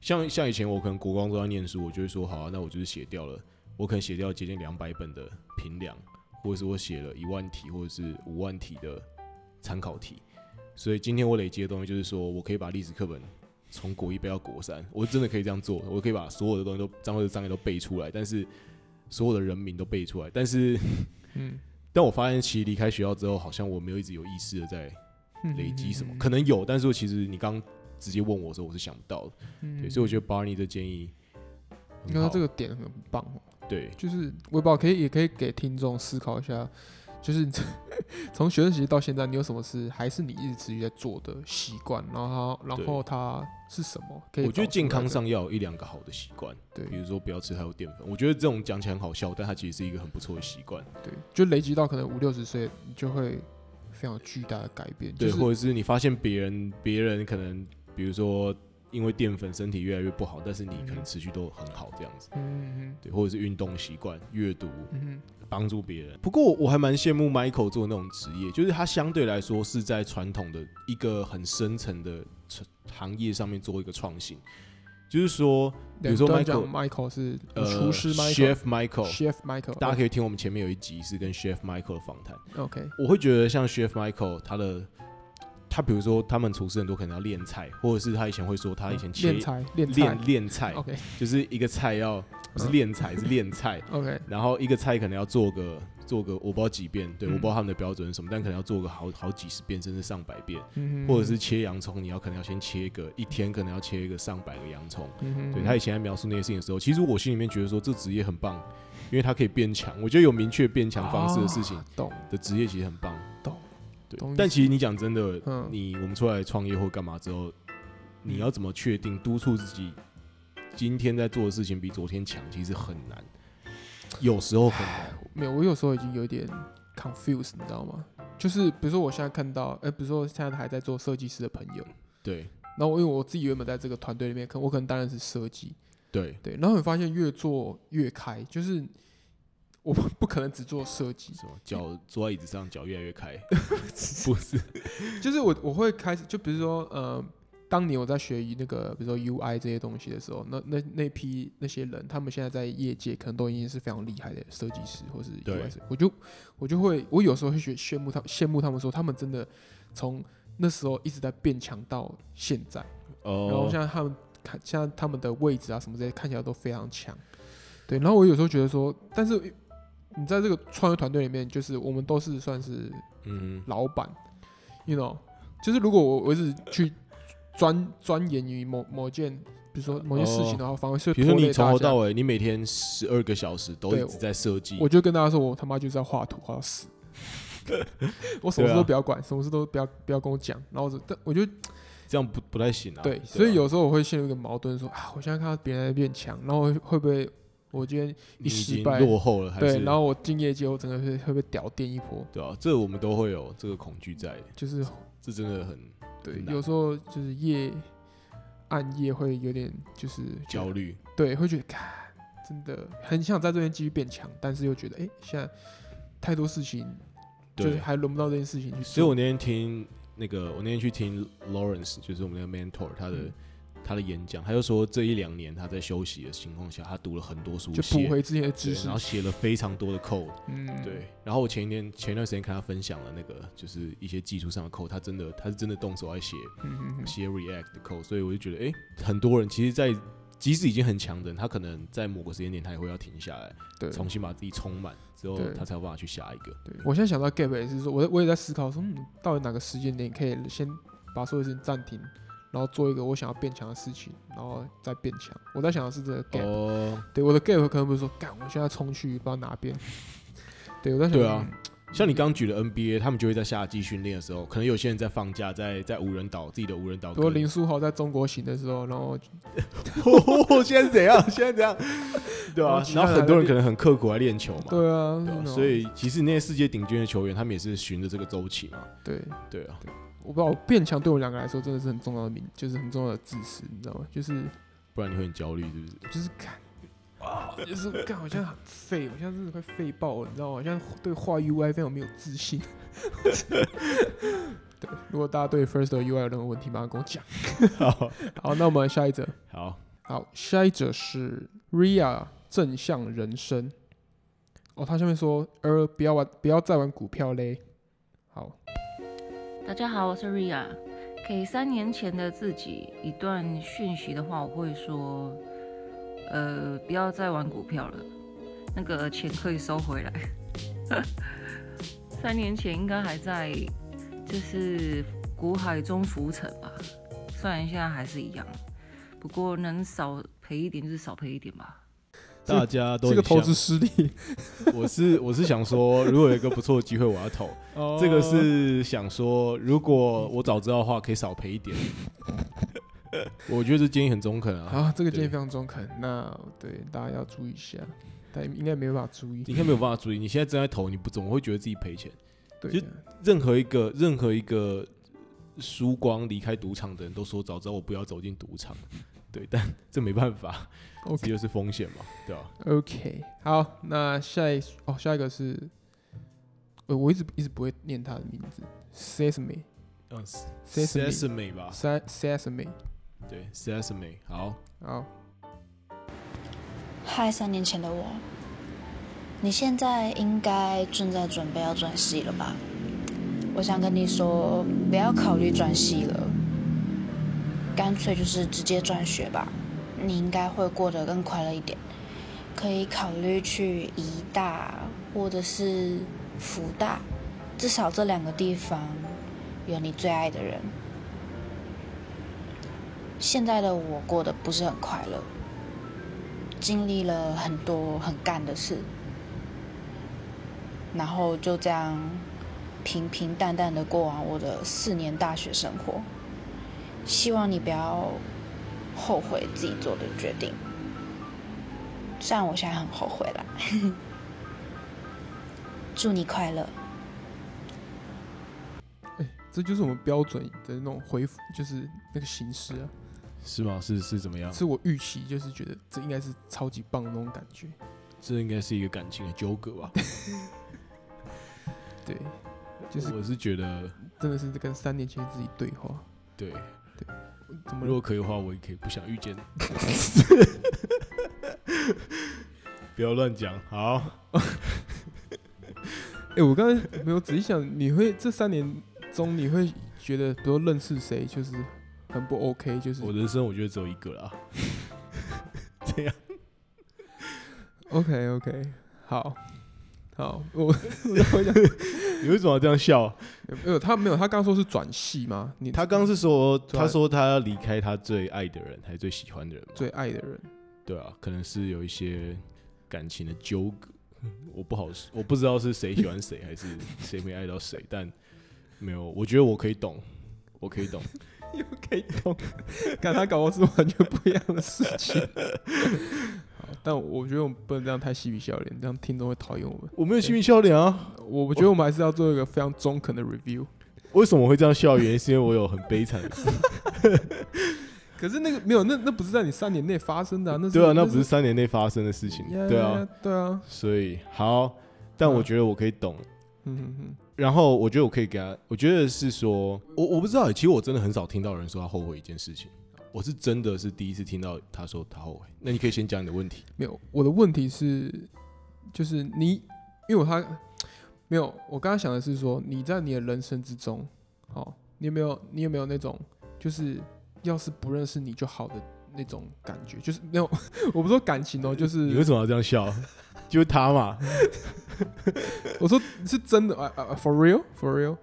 [SPEAKER 2] 像像以前我可能国光都要念书，我就会说好、啊，那我就是写掉了，我可能写掉接近两百本的评量，或者是我写了一万题或者是五万题的参考题。所以今天我累积的东西就是说我可以把历史课本从国一背到国三，我真的可以这样做，我可以把所有的东西都章回章节都背出来，但是所有的人名都背出来，但是
[SPEAKER 1] 嗯，
[SPEAKER 2] 但我发现其实离开学校之后，好像我没有一直有意识的在
[SPEAKER 1] 嗯
[SPEAKER 2] 累积什么，可能有，但是我其实你刚直接问我的时候，我是想不到的。对，所以我觉得 Barney 的建议
[SPEAKER 1] 嗯你
[SPEAKER 2] 很
[SPEAKER 1] 看
[SPEAKER 2] 好，
[SPEAKER 1] 到这个点很棒哦，
[SPEAKER 2] 对
[SPEAKER 1] 就是我也不知道可以也可以给听众思考一下，就是你 *laughs* 从学生时期到现在，你有什么是还是你一直持续在做的习惯，然后它然后它是什么？可以
[SPEAKER 2] 我觉得
[SPEAKER 1] 找出
[SPEAKER 2] 健康
[SPEAKER 1] 来的
[SPEAKER 2] 上要有一两个好的习惯，比
[SPEAKER 1] 对
[SPEAKER 2] 如说不要吃太多淀粉。我觉得这种讲起来很好笑，但它其实是一个很不错的习惯。
[SPEAKER 1] 对，就累积到可能五六十岁，你就会非常有巨大的改变。
[SPEAKER 2] 对，
[SPEAKER 1] 就是
[SPEAKER 2] 或者是你发现别人别人可能，比如说因为淀粉身体越来越不好，但是你可能
[SPEAKER 1] 嗯
[SPEAKER 2] 持续都很好这样子。
[SPEAKER 1] 嗯嗯
[SPEAKER 2] 对，或者是运动习惯、阅读，
[SPEAKER 1] 嗯嗯
[SPEAKER 2] 帮助别人。不过我还蛮羡慕 Michael 做的那种职业，就是他相对来说是在传统的一个很深层的行业上面做一个创新，就是说，
[SPEAKER 1] 嗯，
[SPEAKER 2] 比如说
[SPEAKER 1] 对你刚
[SPEAKER 2] Michael，
[SPEAKER 1] 刚讲 Michael 是
[SPEAKER 2] 呃，
[SPEAKER 1] 厨师
[SPEAKER 2] Chef
[SPEAKER 1] Michael。
[SPEAKER 2] Michael，
[SPEAKER 1] Chef Michael，哦
[SPEAKER 2] 大家可以听我们前面有一集是跟 Chef Michael 的访谈。
[SPEAKER 1] OK，
[SPEAKER 2] 我会觉得像 Chef Michael 他的。他比如说，他们厨师很多可能要练菜，或者是他以前会说他以前切
[SPEAKER 1] 练才练才
[SPEAKER 2] 练练菜，
[SPEAKER 1] 嗯 OK
[SPEAKER 2] 就是一个菜要不是练菜是练菜，
[SPEAKER 1] OK，
[SPEAKER 2] 然后一个菜可能要做个做个我不知道几遍，对，
[SPEAKER 1] 嗯
[SPEAKER 2] 我不知道他们的标准是什么，但可能要做个好好几十遍甚至上百遍，
[SPEAKER 1] 嗯哼
[SPEAKER 2] 或者是切洋葱，你要可能要先切个一天，可能要切个上百个洋葱。
[SPEAKER 1] 嗯哼
[SPEAKER 2] 对他以前在描述那些事情的时候，其实我心里面觉得说这职业很棒，因为他可以变强。我觉得有明确变强方式的事情
[SPEAKER 1] 啊懂
[SPEAKER 2] 的职业其实很棒。
[SPEAKER 1] 懂，
[SPEAKER 2] 对
[SPEAKER 1] 懂意。思
[SPEAKER 2] 但其实你讲真的，
[SPEAKER 1] 嗯
[SPEAKER 2] 你我们出来创业或干嘛之后，你要怎么确定督促自己今天在做的事情比昨天强，其实很难，有时候很难。
[SPEAKER 1] 没有，我有时候已经有点 confused，你知道吗？就是比如说我现在看到，呃，比如说现在还在做设计师的朋友，
[SPEAKER 2] 对
[SPEAKER 1] 然后我因为我自己原本在这个团队里面，可我可能担任是设计，
[SPEAKER 2] 对，
[SPEAKER 1] 对，然后你发现越做越开，就是我不不可能只做设计，
[SPEAKER 2] 什么脚坐在椅子上，脚越来越
[SPEAKER 1] *laughs*
[SPEAKER 2] 开，不是？
[SPEAKER 1] 就是我我会开始，就比如说，呃，当年我在学那个，比如说 UI 这些东西的时候，那那那批那些人，他们现在在业界可能都已经是非常厉害的设计师或是
[SPEAKER 2] 对
[SPEAKER 1] UI 师，我就我就会，我有时候会学羡慕他，羡慕他们说，他们真的从那时候一直在变强到现在，然后
[SPEAKER 2] 哦
[SPEAKER 1] 现，在他们看，现在他们的位置啊什么这些看起来都非常强，对。然后我有时候觉得说，但是你在这个创业团队里面，就是我们都是算是
[SPEAKER 2] 嗯哼，
[SPEAKER 1] 老板，you know，就是如果我我一直去钻钻研于某某件，比如说某件事情的话，反而是
[SPEAKER 2] 比如说
[SPEAKER 1] 拖累
[SPEAKER 2] 你从头
[SPEAKER 1] 大家
[SPEAKER 2] 到尾，你每天十二个小时都一
[SPEAKER 1] 对
[SPEAKER 2] 直在设计，
[SPEAKER 1] 我就跟大家说，我他妈就是要画图画到死， *laughs* 我什么
[SPEAKER 2] 对
[SPEAKER 1] 事
[SPEAKER 2] 啊
[SPEAKER 1] 都不要管，什么事都不要不要跟我讲，然后我就但我就
[SPEAKER 2] 这样不不太行啊。
[SPEAKER 1] 对，所
[SPEAKER 2] 啊
[SPEAKER 1] 以有时候我会陷入一个矛盾，说啊，我现在看到别人在变强，然后会会不会我今天
[SPEAKER 2] 你已
[SPEAKER 1] 失
[SPEAKER 2] 经
[SPEAKER 1] 败
[SPEAKER 2] 落后了，还是
[SPEAKER 1] 对，然后我进业界，我整个会会被屌电一波，
[SPEAKER 2] 对啊，这我们都会有这个恐惧在，
[SPEAKER 1] 就是
[SPEAKER 2] 这真的很
[SPEAKER 1] 对，
[SPEAKER 2] 很难
[SPEAKER 1] 有时候就是夜暗夜会有点就是觉得
[SPEAKER 2] 焦虑。
[SPEAKER 1] 对，会觉得，干真的很想在这边继续变强，但是又觉得，哎、现在太多事情，就是
[SPEAKER 2] 对，
[SPEAKER 1] 还轮不到这件事情去做。
[SPEAKER 2] 所以我那天听那个，我那天去听 Lawrence，就是我们那个 mentor 他的
[SPEAKER 1] 嗯
[SPEAKER 2] 他的演讲，他就说这一两年他在休息的情况下，他读了很多书，
[SPEAKER 1] 就
[SPEAKER 2] 写
[SPEAKER 1] 补回之前的
[SPEAKER 2] 对
[SPEAKER 1] 知识
[SPEAKER 2] 然。后写了非常多的 code，
[SPEAKER 1] 嗯，
[SPEAKER 2] 对，然后我前一天前一段时间看他分享了那个就是一些技术上的 code，他真的他是真的动手来写
[SPEAKER 1] 嗯，嗯嗯
[SPEAKER 2] 写 React 的 code，所以我就觉得，哎、很多人其实在，即使已经很强的人，他可能在某个时间点他也会要停下来，
[SPEAKER 1] 对。
[SPEAKER 2] 重新把自己充满之后
[SPEAKER 1] 对，
[SPEAKER 2] 他才有办法去下一个。
[SPEAKER 1] 对，我现在想到 gap 也是说，我在我也在思考说，嗯，到底哪个时间点可以先把所有事情暂停，然后做一个我想要变强的事情，然后再变强。我在想的是这个 gap，、
[SPEAKER 2] 哦，
[SPEAKER 1] 对我的 gap 可能不是说干，我现在冲去不知道哪边。对，我在想，
[SPEAKER 2] 对啊
[SPEAKER 1] 嗯，
[SPEAKER 2] 像你刚刚举的 NBA，他们就会在夏季训练的时候，可能有些人在放假，在在无人岛自己的无人岛
[SPEAKER 1] 比如
[SPEAKER 2] 跟。
[SPEAKER 1] 林书豪在中国行的时候，然后
[SPEAKER 2] *laughs* 现在怎样？现在怎样？对
[SPEAKER 1] 然
[SPEAKER 2] 啊
[SPEAKER 1] 后，哦其他
[SPEAKER 2] 然后
[SPEAKER 1] 人
[SPEAKER 2] 很多人
[SPEAKER 1] 还在
[SPEAKER 2] 可能很刻苦来练球嘛。
[SPEAKER 1] 对啊，
[SPEAKER 2] 对啊
[SPEAKER 1] 那种
[SPEAKER 2] 所以其实那些世界顶尖的球员，他们也是循着这个周期嘛。
[SPEAKER 1] 对，
[SPEAKER 2] 对啊，
[SPEAKER 1] 我不知道变强对我们两个来说真的是很重要的名，就是很重要的知识，你知道吗？就是
[SPEAKER 2] 不然你会很焦虑，是不是？ *laughs*
[SPEAKER 1] 就是看，啊，就是看，我现在很废，我现在真的快废爆了，你知道吗？我现在对画 UI 非常没有自信。 *laughs* 对，如果大家对 First UI 有任何问题，马上跟我讲。
[SPEAKER 2] 好，
[SPEAKER 1] 好，那我们下一则。
[SPEAKER 2] 好，
[SPEAKER 1] 好，下一则是 Ria 正向人生。哦，他下面说，呃，不要玩，不要再玩股票嘞。好，
[SPEAKER 4] 大家好，我是 Ria。给三年前的自己一段讯息的话，我会说，呃，不要再玩股票了，那个钱可以收回来。 *laughs* 三年前应该还在就是股海中浮沉吧，虽然现在还是一样，不过能少赔一点就是少赔一点吧。
[SPEAKER 1] 这个
[SPEAKER 2] 大家都
[SPEAKER 1] 这个
[SPEAKER 2] 很
[SPEAKER 1] 投
[SPEAKER 2] 像
[SPEAKER 1] 资失利，
[SPEAKER 2] 我是我是想说，如果有一个不错的机会，我要投。
[SPEAKER 1] 哦
[SPEAKER 2] 这个是想说，如果我早知道的话，可以少赔
[SPEAKER 1] *laughs*
[SPEAKER 2] 一点。我觉得这建议很中肯啊，
[SPEAKER 1] 啊，这个建议
[SPEAKER 2] 对
[SPEAKER 1] 非常中肯。那对大家要注意一下，但应该没办法注意。
[SPEAKER 2] 你应该没有办法注意。你现在正在投，你不怎么会觉得自己赔钱？
[SPEAKER 1] *laughs* 对
[SPEAKER 2] 就
[SPEAKER 1] 的，
[SPEAKER 2] 任何一个任何一个输光离开赌场的人都说，早知道我不要走进赌场。对，但 *laughs* 这没办法
[SPEAKER 1] OK
[SPEAKER 2] 这就是风险嘛，对吧、
[SPEAKER 1] OK，好，那下一哦，下一个是，呃，我一直一直不会念他的名字，Sesame
[SPEAKER 2] 嗯
[SPEAKER 1] Sesame
[SPEAKER 2] ，Sesame 吧，
[SPEAKER 1] Sa- Sesame，
[SPEAKER 2] 对，Sesame。好，
[SPEAKER 1] 好，
[SPEAKER 5] 嗨，三年前的我，你现在应该正在准备要转系了吧？我想跟你说，不要考虑转系了，干脆就是直接转学吧。你应该会过得更快乐一点，可以考虑去宜大或者是福大，至少这两个地方有你最爱的人。现在的我过得不是很快乐。经历了很多很干的事，然后就这样平平淡淡的过完我的四年大学生活。希望你不要后悔自己做的决定，虽然我现在很后悔啦。 *laughs* 祝你快乐。
[SPEAKER 1] 这就是我们标准的那种回复，就是那个形式啊，
[SPEAKER 2] 是吗？是是怎么样？
[SPEAKER 1] 是我预期，就是觉得这应该是超级棒的那种感觉。
[SPEAKER 2] 这应该是一个感情的纠葛吧？
[SPEAKER 1] 对，就是
[SPEAKER 2] 我是觉得，
[SPEAKER 1] 真的是跟三年前自己对话，
[SPEAKER 2] 对，
[SPEAKER 1] 怎么
[SPEAKER 2] 如果可以的话，我也可以不想遇见。 *laughs* 不要乱讲，好，
[SPEAKER 1] 哎、我刚才没有仔细想，你会这三年中，你会觉得，比如认识谁就是很不 OK，就是
[SPEAKER 2] 我人生我觉得只有一个啦。这样
[SPEAKER 1] OK OK，好，好，我我我想，
[SPEAKER 2] 你为什么要这样笑？
[SPEAKER 1] 没有他没有，他刚说是转系嘛，你
[SPEAKER 2] 他刚是说，
[SPEAKER 1] 对啊
[SPEAKER 2] 他说他要离开他最爱的人，还是最喜欢的人嘛？
[SPEAKER 1] 最爱的
[SPEAKER 2] *laughs*
[SPEAKER 1] 人，
[SPEAKER 2] 对啊，可能是有一些感情的纠葛，我不好说，我不知道是谁喜欢谁，还是谁没爱到谁，但没有，我觉得我可以懂，我可以懂。
[SPEAKER 1] 又可以懂，跟他搞的是完全不一样的事情。 *laughs* 好但我觉得我们不能这样太嬉皮笑脸，这样听众会讨厌我们。
[SPEAKER 2] 我没有嬉皮笑脸啊，
[SPEAKER 1] 我我觉得我们还是要做一个非常中肯的 review。
[SPEAKER 2] 为什么会这样笑？原因是因为我有很悲惨的，
[SPEAKER 1] 可是那个没有，那那不是在你三年内发生的、啊，那是
[SPEAKER 2] 对啊，那
[SPEAKER 1] 是
[SPEAKER 2] 不是三年内发生的事情，对啊，，
[SPEAKER 1] 对啊，
[SPEAKER 2] 所以好，但我觉得我可以懂。
[SPEAKER 1] 嗯哼哼，
[SPEAKER 2] 然后我觉得我可以给他，我觉得是说，我我不知道，其实我真的很少听到有人说他后悔一件事情，我是真的是第一次听到他说他后悔。那你可以先讲你的
[SPEAKER 1] *laughs*
[SPEAKER 2] 问题。
[SPEAKER 1] 没有，我的问题是，就是你，因为我他没有，我刚刚想的是说，你在你的人生之中，好，你有没有，你有没有那种，就是要是不认识你就好的那种感觉，就是没有，我不说感情哦、就是
[SPEAKER 2] 你为什么要这样笑？ *laughs* 就是他嘛，
[SPEAKER 1] 我说是真的啊啊啊，for real，for real，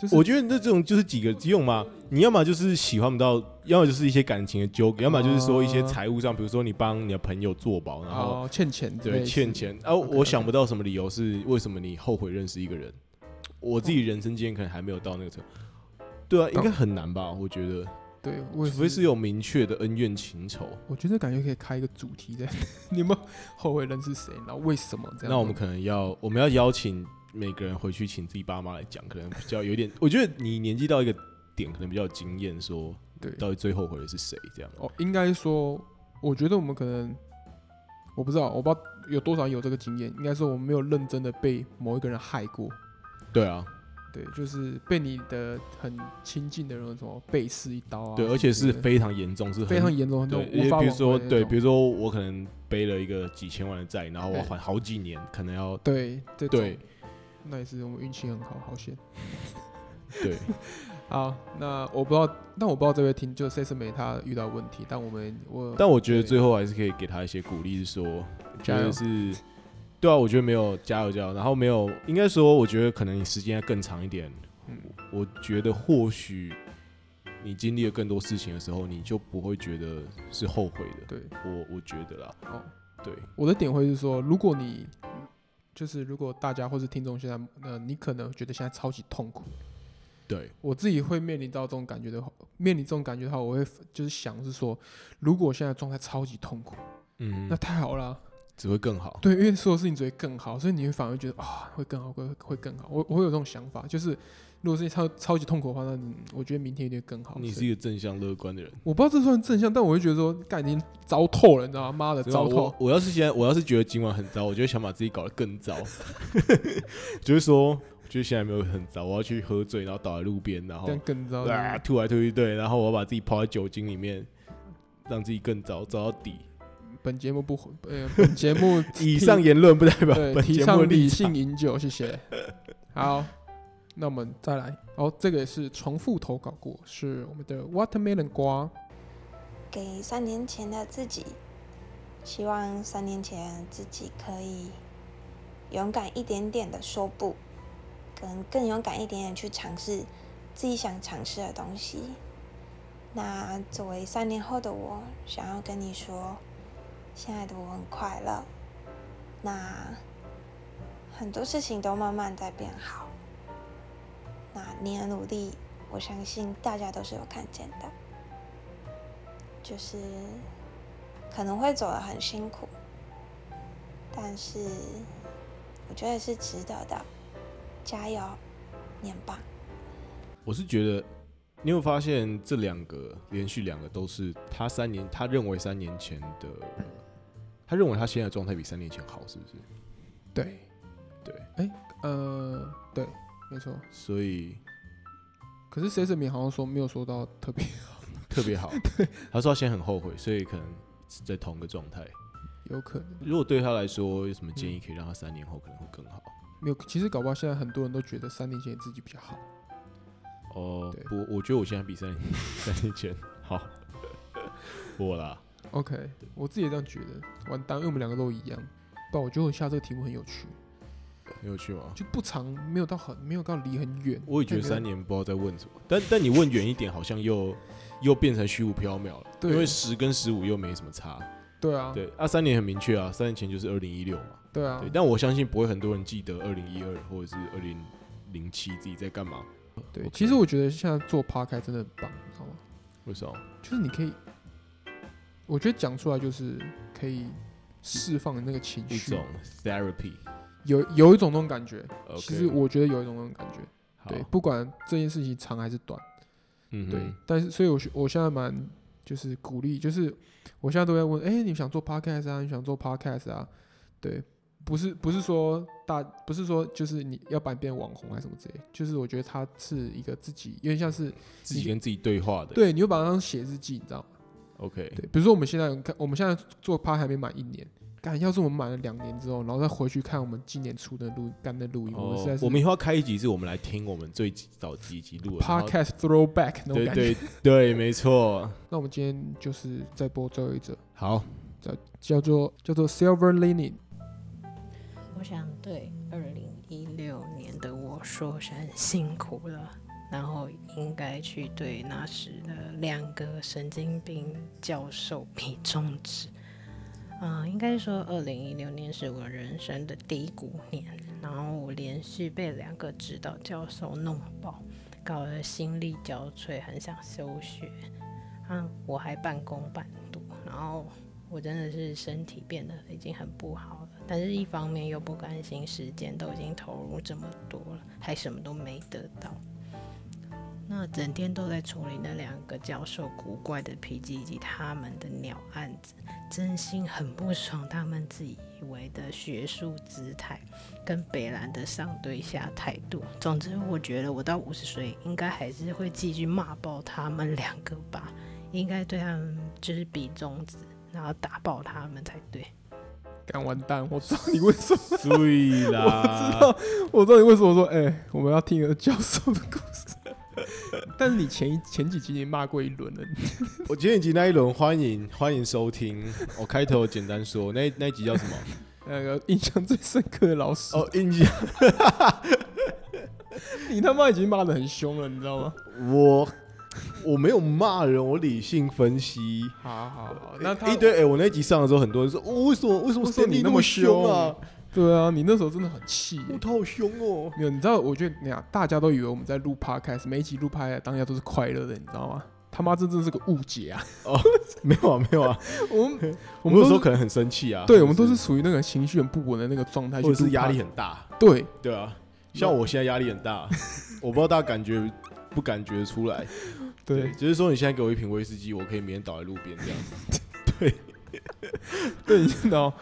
[SPEAKER 1] 就是
[SPEAKER 2] 我觉得那这种就是几个用嘛，你要么就是喜欢不到，要么就是一些感情的纠葛，要么就是说一些
[SPEAKER 1] 哦
[SPEAKER 2] 财务上，比如说你帮你的朋友做保，然后
[SPEAKER 1] 哦欠钱之类
[SPEAKER 2] 对
[SPEAKER 1] 的
[SPEAKER 2] 欠钱。啊，
[SPEAKER 1] OK，OK
[SPEAKER 2] 我想不到什么理由是为什么你后悔认识一个人。我自己人生经验可能还没有到那个程度，对啊，应
[SPEAKER 1] 哦
[SPEAKER 2] 该很难吧？我觉得，
[SPEAKER 1] 对，我
[SPEAKER 2] 除
[SPEAKER 1] 也
[SPEAKER 2] 非是有明确的恩怨情仇。
[SPEAKER 1] 我觉得感觉可以开一个主题在， *laughs* 你有没有后悔认识谁，然后为什么这样？
[SPEAKER 2] 那我们可能要，我们要邀请每个人回去请自己爸妈来讲，可能比较有点。我觉得你年纪到一个点，可能比较有经验，说
[SPEAKER 1] 对
[SPEAKER 2] 到底最后悔的是谁这样。
[SPEAKER 1] 哦，应该说，我觉得我们可能，我不知道，我不知道有多少人有这个经验，应该说我们没有认真的被某一个人害过，
[SPEAKER 2] 对啊，
[SPEAKER 1] 对，就是被你的很亲近的人什么背刺一刀啊，
[SPEAKER 2] 对，而且是
[SPEAKER 1] 对
[SPEAKER 2] 非常严重，是很
[SPEAKER 1] 非常严重，那
[SPEAKER 2] 对
[SPEAKER 1] 种，无
[SPEAKER 2] 因为
[SPEAKER 1] 法
[SPEAKER 2] 比
[SPEAKER 1] 挽
[SPEAKER 2] 如说
[SPEAKER 1] 回的那
[SPEAKER 2] 对，
[SPEAKER 1] 种
[SPEAKER 2] 比如说我可能背了一个几千万的债，然后我要
[SPEAKER 1] 对
[SPEAKER 2] 还好几年，可能要
[SPEAKER 1] 对这种
[SPEAKER 2] 对，
[SPEAKER 1] 那也是我们运气很好，好险。
[SPEAKER 2] *laughs*
[SPEAKER 1] *laughs*
[SPEAKER 2] 对，
[SPEAKER 1] 好，那我不知道，但我不知道这位听就 Sesame 他遇到问题，但我们我
[SPEAKER 2] 但我觉得
[SPEAKER 1] 对
[SPEAKER 2] 最后还是可以给他一些鼓励，是说，
[SPEAKER 1] 加
[SPEAKER 2] 加
[SPEAKER 1] 油
[SPEAKER 2] 油是，对啊，我觉得没有加油加油，然后没有，应该说，我觉得可能你时间要更长一点，
[SPEAKER 1] 嗯
[SPEAKER 2] 我觉得或许你经历了更多事情的时候，你就不会觉得是后悔的，
[SPEAKER 1] 对
[SPEAKER 2] 我我觉得啦，
[SPEAKER 1] 哦，
[SPEAKER 2] 对，
[SPEAKER 1] 我的点会是说，如果你就是如果大家或是听众现在，呃，你可能觉得现在超级痛苦，
[SPEAKER 2] 对，
[SPEAKER 1] 我自己会面临到这种感觉的话，面临这种感觉的话，我会就是想是说，如果我现在状态超级痛苦，
[SPEAKER 2] 嗯
[SPEAKER 1] 那，太好了，啊
[SPEAKER 2] 只会更好，
[SPEAKER 1] 对，因为所有事情只会更好，所以你会反而觉得啊，会更好，会会更好。我我会有这种想法，就是如果是超超级痛苦的话，那你我觉得明天一定会更好。
[SPEAKER 2] 你
[SPEAKER 1] 所
[SPEAKER 2] 是
[SPEAKER 1] 以
[SPEAKER 2] 一个正向乐观的人。
[SPEAKER 1] 我不知道这算正向，但我会觉得说，干已经糟透了，你知道吗？妈的，
[SPEAKER 2] 知道
[SPEAKER 1] 糟透
[SPEAKER 2] 我。我要是现在，我要是觉得今晚很糟，我就会想把自己搞得更糟。 *laughs* 就是说，就是现在没有很糟，我要去喝醉，然后倒在路边，然后
[SPEAKER 1] 但更
[SPEAKER 2] *laughs*
[SPEAKER 1] 糟，
[SPEAKER 2] 啊吐来吐去，对，然后我要把自己泡在酒精里面，让自己更糟，糟到底。
[SPEAKER 1] 嗯本节目不，呃，本节目
[SPEAKER 2] *laughs* 以上言论不代表
[SPEAKER 1] 对
[SPEAKER 2] 啊本
[SPEAKER 1] 提
[SPEAKER 2] 节目
[SPEAKER 1] 倡
[SPEAKER 2] 的
[SPEAKER 1] 理
[SPEAKER 2] 立
[SPEAKER 1] 性
[SPEAKER 2] 场。
[SPEAKER 1] 饮酒，谢
[SPEAKER 2] *laughs*
[SPEAKER 1] 谢。好，那我们再来。哦，这个也是重复投稿过，是我们的 watermelon 瓜。
[SPEAKER 6] 给三年前的自己，希望三年前自己可以勇敢一点点的说不，跟更勇敢一点点去尝试自己想尝试的东西。那作为三年后的我，想要跟你说，现在的我很快乐。那很多事情都慢慢在变好。那你的努力，我相信大家都是有看见的。就是可能会走得很辛苦，但是我觉得是值得的，加油，你很棒。
[SPEAKER 2] 我是觉得，你有发现这两个连续两个都是他三年，他认为三年前的，他认为他现在的状态比三年前好，是不是？
[SPEAKER 1] 对，
[SPEAKER 2] 对，
[SPEAKER 1] 呃，对，没错。
[SPEAKER 2] 所以
[SPEAKER 1] 可是 Sesame 好像说没有说到特别
[SPEAKER 2] 特别 *laughs* 好。他说他现在很后悔，所以可能是在同一个状态。
[SPEAKER 1] 有可能
[SPEAKER 2] 如果对他来说有什么建议，可以让他三年后可能会更好。
[SPEAKER 1] 没有。其实搞不好现在很多人都觉得三年前自己比较好。
[SPEAKER 2] 哦
[SPEAKER 1] 对，
[SPEAKER 2] 我我觉得我现在比三年 *laughs* 三年前好，我啦，
[SPEAKER 1] OK，我自己也这样觉得。完蛋，因为我们两个都一样。不，我觉得我下这个题目很有趣，
[SPEAKER 2] 很有趣吗？
[SPEAKER 1] 就不长，没有到很，没有到离很远。
[SPEAKER 2] 我也觉得
[SPEAKER 1] 但
[SPEAKER 2] 三年不知道在问什么，但但你问远一点，好像又又变成虚无缥缈了，
[SPEAKER 1] 对
[SPEAKER 2] 因为十跟十五又没什么差。
[SPEAKER 1] 对啊，
[SPEAKER 2] 对啊，三年很明确啊，三年前就是二零一六嘛。
[SPEAKER 1] 对啊
[SPEAKER 2] 对，，但我相信不会很多人记得二零一二或者是二零零七自己在干嘛。
[SPEAKER 1] 对。
[SPEAKER 2] OK
[SPEAKER 1] 其实我觉得现在做 p 开真的很棒，你知道吗？
[SPEAKER 2] 为什么？
[SPEAKER 1] 就是你可以，我觉得讲出来就是可以释放你那个情
[SPEAKER 2] 一
[SPEAKER 1] 绪
[SPEAKER 2] 种，therapy。
[SPEAKER 1] 有有一种那种感觉。
[SPEAKER 2] OK，
[SPEAKER 1] 其实我觉得有一种那种感觉，
[SPEAKER 2] 好
[SPEAKER 1] 对，，不管这件事情长还是短，
[SPEAKER 2] 嗯哼
[SPEAKER 1] 对。但是，所以我我现在蛮就是鼓励，就是我现在都在问，哎、你想做 podcast 啊？你想做 podcast 啊？对，不是不是说大不是说就是你要把你变网红还是什么之类，就是我觉得他是一个自己有点像是
[SPEAKER 2] 自己跟自己对话的。
[SPEAKER 1] 对，你会把它当写日记，你知道吗？
[SPEAKER 2] ，OK，
[SPEAKER 1] 对，比如说我们现在看，我们现在做趴还没满一年，干，要是我们满了两年之后，然后再回去看我们今年出的录干的录音，我们实在
[SPEAKER 2] 哦，
[SPEAKER 1] 是
[SPEAKER 2] 我们以后要开一集是我们来听我们最早几集录的然后
[SPEAKER 1] podcast throwback 那种
[SPEAKER 2] 对
[SPEAKER 1] 感觉。 *laughs*
[SPEAKER 2] 对对，没错。
[SPEAKER 1] 那我们今天就是再播最后一则，
[SPEAKER 2] 好，
[SPEAKER 1] 叫做叫做 Silver Lining。
[SPEAKER 7] 我想对二零一六年的我说声辛苦了，然后应该去对那时的两个神经病教授比中指。 *laughs* 嗯、应该说二零一六年是我人生的低谷年，然后我连续被两个指导教授弄爆，搞得心力交瘁，很想休学。啊，我还半工半读，然后我真的是身体变得已经很不好了，但是一方面又不甘心，时间都已经投入这么多了，还什么都没得到。那整天都在处理那两个教授古怪的脾气以及他们的鸟案子，真心很不爽他们自以为的学术姿态跟北兰的上对下态度。总之，我觉得我到五十岁应该还是会继续骂爆他们两个吧，应该对他们就是比中指。然后打爆他们才对。
[SPEAKER 1] 干完蛋！我知道你为什么，
[SPEAKER 2] 对
[SPEAKER 1] *laughs* 我知道，我知道你为什么说，哎、我们要听个教授的故事。 *laughs* 但是你前一前几集已经骂过一轮了，
[SPEAKER 2] 我前几集那一轮欢迎欢迎
[SPEAKER 1] *laughs*
[SPEAKER 2] 收听，我开头简单说那那一集叫什么？
[SPEAKER 1] 那个印象最深刻的老师，
[SPEAKER 2] 哦，印象
[SPEAKER 1] 你他妈已经骂的很凶了，你知道吗？
[SPEAKER 2] 我我没有骂人，我理性分析。
[SPEAKER 1] 好好好，那他
[SPEAKER 2] 一堆哎、我那一集上的时候，很多人说，哦、为什么为什么
[SPEAKER 1] 为什么
[SPEAKER 2] Stanley
[SPEAKER 1] 你那
[SPEAKER 2] 那
[SPEAKER 1] 么
[SPEAKER 2] 凶啊？
[SPEAKER 1] 对啊，你那时候真的很气耶、
[SPEAKER 2] 我他好凶哦！
[SPEAKER 1] 没有，你知道，我觉得你看，大家都以为我们在录 podcast，每一集录 podcast 当下都是快乐的，你知道吗？他妈这真是个误解啊！
[SPEAKER 2] *laughs* 没有啊，没有啊，
[SPEAKER 1] 我们
[SPEAKER 2] *laughs* 我
[SPEAKER 1] 们
[SPEAKER 2] 们有
[SPEAKER 1] 都
[SPEAKER 2] 时
[SPEAKER 1] 是
[SPEAKER 2] 候可能很生气啊，
[SPEAKER 1] 对，
[SPEAKER 2] 或者
[SPEAKER 1] 我们都是处于那个情绪很不稳的那个状态去
[SPEAKER 2] 或
[SPEAKER 1] 录
[SPEAKER 2] 者
[SPEAKER 1] podcast，
[SPEAKER 2] 是压力很大，
[SPEAKER 1] 对，
[SPEAKER 2] 对啊，像我现在压力
[SPEAKER 1] *laughs*
[SPEAKER 2] 很大，我不知道大家感觉不感觉出来，
[SPEAKER 1] 对
[SPEAKER 2] 只是说你现在给我一瓶威士忌，我可以明天倒在路边
[SPEAKER 1] *laughs*
[SPEAKER 2] 这样子。
[SPEAKER 1] 对，你知道，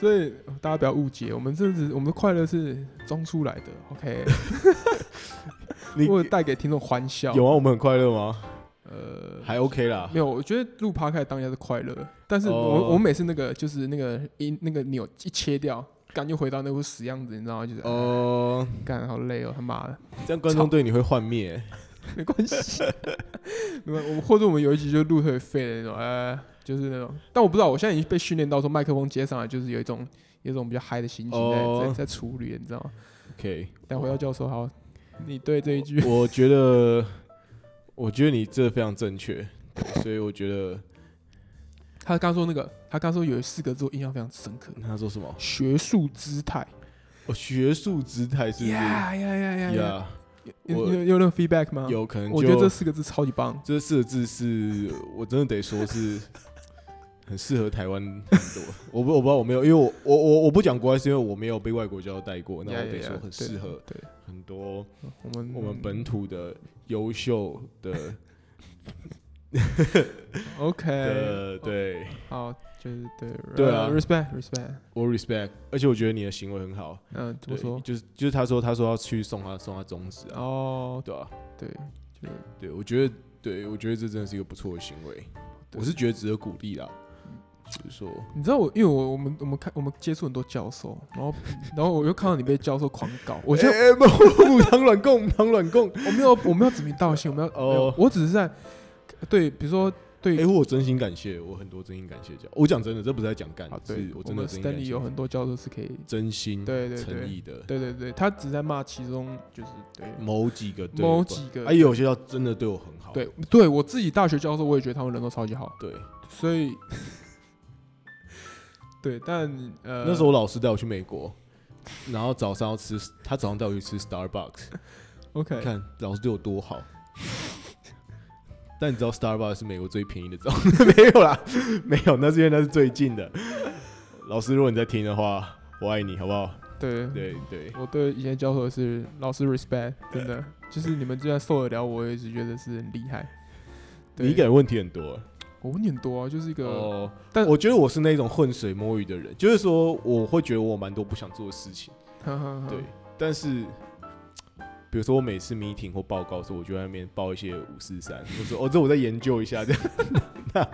[SPEAKER 1] 所以大家不要误解，我们这是我们的快乐是装出来的，OK？
[SPEAKER 2] *laughs* 你
[SPEAKER 1] 为了带给听众欢笑，
[SPEAKER 2] 有啊，我们很快乐吗？
[SPEAKER 1] 呃。
[SPEAKER 2] 还 OK 啦
[SPEAKER 1] 没。有，我觉得录 podcast 当下是快乐，但是我、
[SPEAKER 2] 哦
[SPEAKER 1] 我每次那个就是那个音那个钮一切掉，感觉回到那副死样子，你知道吗？就是
[SPEAKER 2] 哦、
[SPEAKER 1] 干好累哦，他妈的， *laughs*
[SPEAKER 2] 这样观众对你会幻灭、
[SPEAKER 1] 没关系，没关我们或者我们有一集就录特别废的那种，呃，就是那种，但我不知道，我现在已经被训练到说麦克风接上来就是有一种有一种比较嗨的心情在、
[SPEAKER 2] 哦
[SPEAKER 1] 在在处理，你知道吗？
[SPEAKER 2] OK，
[SPEAKER 1] 但回到教授好，你对这一句 *laughs*
[SPEAKER 2] 我觉得，我觉得你这非常正确，对所以我觉得
[SPEAKER 1] 他刚说那个，他刚说有四个字我印象非常深刻，
[SPEAKER 2] 他说什么？
[SPEAKER 1] 学术姿态，
[SPEAKER 2] 哦，学术姿态是不是？
[SPEAKER 1] 呀呀呀呀呀，
[SPEAKER 2] 呀
[SPEAKER 1] 有
[SPEAKER 2] 我
[SPEAKER 1] 有有那个 feedback 吗？，
[SPEAKER 2] 有可能就
[SPEAKER 1] 我觉得这四个字超级棒，
[SPEAKER 2] 这四个字是我真的得说
[SPEAKER 1] *laughs*
[SPEAKER 2] 是很适合台湾很多。我不我不知道我没有，因为我我我我不讲国外是因为我没有被外国教授带过，那我
[SPEAKER 1] Yeah,
[SPEAKER 2] 得
[SPEAKER 1] yeah,
[SPEAKER 2] 说
[SPEAKER 1] yeah，
[SPEAKER 2] 很
[SPEAKER 1] 对
[SPEAKER 2] 适合嗯
[SPEAKER 1] 对
[SPEAKER 2] 很多
[SPEAKER 1] 嗯我们
[SPEAKER 2] 我们本土的优秀的
[SPEAKER 1] OK 哦
[SPEAKER 2] *laughs* 的对
[SPEAKER 1] 好，就是对呃
[SPEAKER 2] 对啊
[SPEAKER 1] ，respect respect，
[SPEAKER 2] 我 respect，而且我觉得你的行为很好。
[SPEAKER 1] 嗯，怎
[SPEAKER 2] 对
[SPEAKER 1] 么说？
[SPEAKER 2] 就是就是他说他说要去送他送他宗旨啊，
[SPEAKER 1] 哦，
[SPEAKER 2] 对啊，
[SPEAKER 1] 对，就是
[SPEAKER 2] 对我觉得对我觉得这真的是一个不错的行为，我是觉得值得鼓励啦。
[SPEAKER 1] 嗯
[SPEAKER 2] 就是说， *laughs*
[SPEAKER 1] 你知道我，因为我我们我们看我们接触很多教授，然后然后我又看到你被教授狂搞，我
[SPEAKER 2] 我
[SPEAKER 1] 就、
[SPEAKER 2] 哎、欸，不不不，当软供，不当软供。
[SPEAKER 1] 我没有我没有指名道姓，我没有、没有
[SPEAKER 2] 哦，
[SPEAKER 1] 我只是在对，比如说对、
[SPEAKER 2] 哎、我真心感谢，我很多真心感谢教。我讲真的，这不是在讲干
[SPEAKER 1] 啊，，对
[SPEAKER 2] 是，我
[SPEAKER 1] 我
[SPEAKER 2] 真的
[SPEAKER 1] 们
[SPEAKER 2] 真心感
[SPEAKER 1] Stanley 有
[SPEAKER 2] 谢。
[SPEAKER 1] 很多教授是可以，
[SPEAKER 2] 真心
[SPEAKER 1] 对对
[SPEAKER 2] 诚
[SPEAKER 1] 对
[SPEAKER 2] 意的
[SPEAKER 1] 对对对，他只是在骂其中就是对
[SPEAKER 2] 某几个对
[SPEAKER 1] 某
[SPEAKER 2] 吧
[SPEAKER 1] 几个
[SPEAKER 2] 哎，有些要真的对我很好。
[SPEAKER 1] 对对我自己大学教授，我也觉得他们人都超级好，
[SPEAKER 2] 对，
[SPEAKER 1] 所以对，但呃
[SPEAKER 2] 那时候我老师带我去美国，然后早上要吃，他早上带我去吃 Starbucks，
[SPEAKER 1] OK
[SPEAKER 2] 看老师对我
[SPEAKER 1] *laughs*
[SPEAKER 2] 多好。但你知道 Starbucks 是美国最便宜的早 *laughs* 没有啦，没有，那是因为那是最近的。老师，如果你在听的话，我爱你，好不好？
[SPEAKER 1] 对
[SPEAKER 2] 对对，
[SPEAKER 1] 我对以前教授是老师 respect，真的，就是你们就算受得了我，我也是觉得是很厉害。对
[SPEAKER 2] 你一个人问题很多，
[SPEAKER 1] 我问你很多啊，就是一个、
[SPEAKER 2] 哦，
[SPEAKER 1] 但
[SPEAKER 2] 我觉得我是那种浑水摸鱼的人，就是说我会觉得我有蛮多不想做的事情，
[SPEAKER 1] 呵呵呵
[SPEAKER 2] 对。但是，比如说我每次 meeting 或报告的时候，我就在那边报一些五四三，我说哦，这我再研究一下这样。 *laughs* 那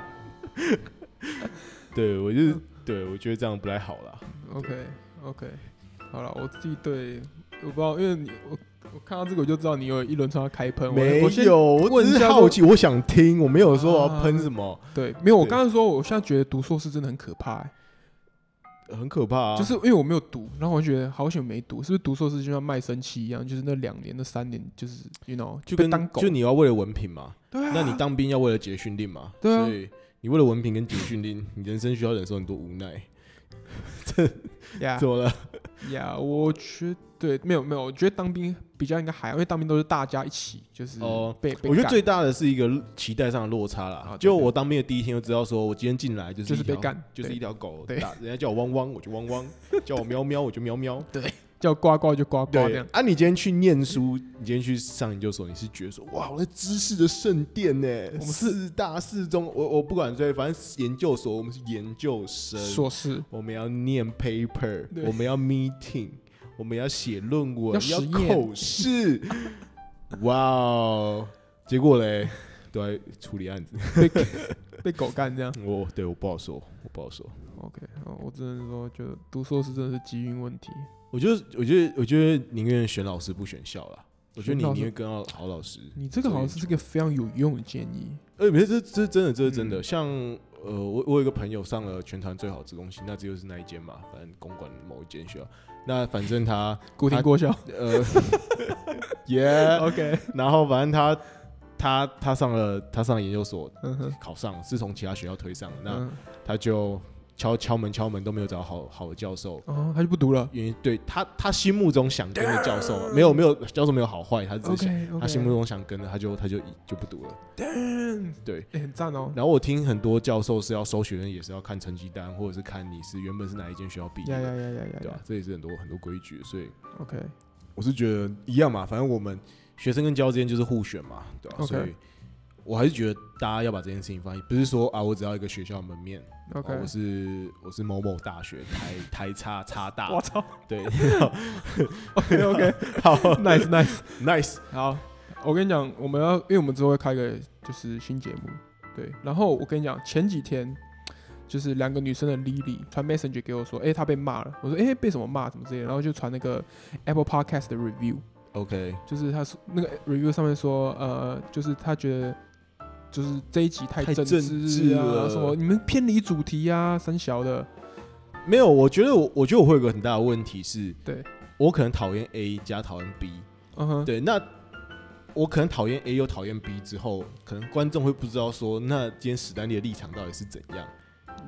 [SPEAKER 2] 对我就是对我觉得这样不太好啦。
[SPEAKER 1] OK OK，好了，我自己对我不知道，因为你我我看到这个我就知道你有一轮窗要开呃喷，我
[SPEAKER 2] 没
[SPEAKER 1] 我先
[SPEAKER 2] 有，我
[SPEAKER 1] 问
[SPEAKER 2] 只
[SPEAKER 1] 一
[SPEAKER 2] 是
[SPEAKER 1] 下
[SPEAKER 2] 好
[SPEAKER 1] 说
[SPEAKER 2] 奇，我想听，我没有说我要喷
[SPEAKER 1] 啊
[SPEAKER 2] 什么，
[SPEAKER 1] 对，没有我
[SPEAKER 2] 对
[SPEAKER 1] 刚才说，我现在觉得读硕士真的很可怕、欸，
[SPEAKER 2] 很可怕啊。
[SPEAKER 1] 就是因为我没有读，然后我就觉得好久没读，是不是读硕士就像卖身契一样，就是那两年、那三年，就是 you know
[SPEAKER 2] 就
[SPEAKER 1] 被
[SPEAKER 2] 跟
[SPEAKER 1] 当狗，
[SPEAKER 2] 就你要为了文凭嘛，
[SPEAKER 1] 对啊，
[SPEAKER 2] *laughs* 那你当兵要为了解训令嘛，
[SPEAKER 1] 对啊
[SPEAKER 2] 所以你为了文凭跟解训
[SPEAKER 1] *laughs*
[SPEAKER 2] 令，你人生需要忍受很多无奈。
[SPEAKER 1] 呀
[SPEAKER 2] 怎么了？
[SPEAKER 1] 呀，我觉对没有没有，我觉得当兵比较应该还好，因为当兵都是大家一起，就是
[SPEAKER 2] 哦
[SPEAKER 1] 嗯被被
[SPEAKER 2] 我觉得
[SPEAKER 1] 干
[SPEAKER 2] 最大的是一个期待上的落差啦
[SPEAKER 1] 啊。对
[SPEAKER 2] 就我当兵的第一天就知道，说我今天进来就是
[SPEAKER 1] 就是
[SPEAKER 2] 一条
[SPEAKER 1] 被干
[SPEAKER 2] 就是
[SPEAKER 1] 对
[SPEAKER 2] 一条狗，
[SPEAKER 1] 对
[SPEAKER 2] 打人家叫我汪汪我就
[SPEAKER 1] *laughs*
[SPEAKER 2] 汪汪，叫我喵喵我就喵喵。
[SPEAKER 1] 叫呱呱就呱呱这
[SPEAKER 2] 对
[SPEAKER 1] 样，
[SPEAKER 2] 啊，你今天去念书，你今天去上研究所，你是觉得说哇，我在知识的圣殿呢，
[SPEAKER 1] 我们是
[SPEAKER 2] 四大四中，我我不管对，反正研究所我们是研究生，
[SPEAKER 1] 硕士
[SPEAKER 2] 我们要念 paper，
[SPEAKER 1] 对
[SPEAKER 2] 我们要 meeting，我们要写论文，
[SPEAKER 1] 要实验
[SPEAKER 2] 口试。 *laughs* 哇哦！结果嘞，都在处理案子。 *laughs*
[SPEAKER 1] 被被狗干这样。
[SPEAKER 2] 我对我不好说，我不好说。
[SPEAKER 1] OK，哦，我只能说，就读硕士真的是机运问题。
[SPEAKER 2] 我觉得，我觉得，我觉得宁愿选老师不选校啦。我觉
[SPEAKER 1] 选
[SPEAKER 2] 得你
[SPEAKER 1] 老师
[SPEAKER 2] 宁愿跟到好老师。
[SPEAKER 1] 你这个好像是这个非常有用的建议。
[SPEAKER 2] 呃，没事，这这真的，这是真
[SPEAKER 1] 嗯
[SPEAKER 2] 的。像呃，我我有一个朋友上了全团最好职工系，那这就是那一间嘛，反正公馆某一间学校。那反正他
[SPEAKER 1] 古亭
[SPEAKER 2] 他
[SPEAKER 1] 过校
[SPEAKER 2] *laughs* 呃，耶，
[SPEAKER 1] ，OK，
[SPEAKER 2] 然后反正他他他上了他上了研究所，
[SPEAKER 1] 嗯哼，
[SPEAKER 2] 考上是啊从其他学校推上的，那
[SPEAKER 1] 嗯
[SPEAKER 2] 他就敲敲门敲门都没有找到好好的教授，
[SPEAKER 1] 哦，他就不读了。
[SPEAKER 2] 因为对他他心目中想跟的教授没有没有教授没有好坏，他只是想
[SPEAKER 1] OK，
[SPEAKER 2] 他心目中想跟的，他就他就就不读了。对，
[SPEAKER 1] 哎，很赞哦。
[SPEAKER 2] 然后我听很多教授是要收学生，也是要看成绩单，或者是看你是原本是哪一间学校毕业
[SPEAKER 1] 呀
[SPEAKER 2] 的，
[SPEAKER 1] 呀呀呀呀
[SPEAKER 2] 对吧、
[SPEAKER 1] 呀
[SPEAKER 2] 这也是很多很多规矩，所以
[SPEAKER 1] ！OK，
[SPEAKER 2] 我是觉得一样嘛，反正我们学生跟教之间就是互选嘛，对吧、
[SPEAKER 1] OK
[SPEAKER 2] 所以我还是觉得大家要把这件事情放在，不是说啊，我只要一个学校门面
[SPEAKER 1] OK
[SPEAKER 2] 哦我是我是某某大学台台差差大，
[SPEAKER 1] 我操
[SPEAKER 2] 对，
[SPEAKER 1] ，OK OK，
[SPEAKER 2] *laughs* 好
[SPEAKER 1] nice nice，
[SPEAKER 2] nice，
[SPEAKER 1] 好，我跟你讲，我们要，因为我们之后会开个就是新节目，对。然后我跟你讲，前几天就是两个女生的 Lily 传 message 给我说，哎，她被骂了。我说，哎，被什么骂，什么之类的。然后就传那个 Apple Podcast 的 review，
[SPEAKER 2] OK，
[SPEAKER 1] 就是他说那个 review 上面说，呃，就是他觉得就是这一集太
[SPEAKER 2] 太
[SPEAKER 1] 政
[SPEAKER 2] 政治
[SPEAKER 1] 治啊，
[SPEAKER 2] 了
[SPEAKER 1] 什么你们偏离主题啊，三小的，
[SPEAKER 2] 没有，我觉得我我觉得我会有个很大的问题是，
[SPEAKER 1] 对，
[SPEAKER 2] 我可能讨厌 A 加讨厌 B，
[SPEAKER 1] 嗯哼，
[SPEAKER 2] 对，那我可能讨厌 A 又讨厌 B 之后，可能观众会不知道说，那今天史丹利的立场到底是怎样？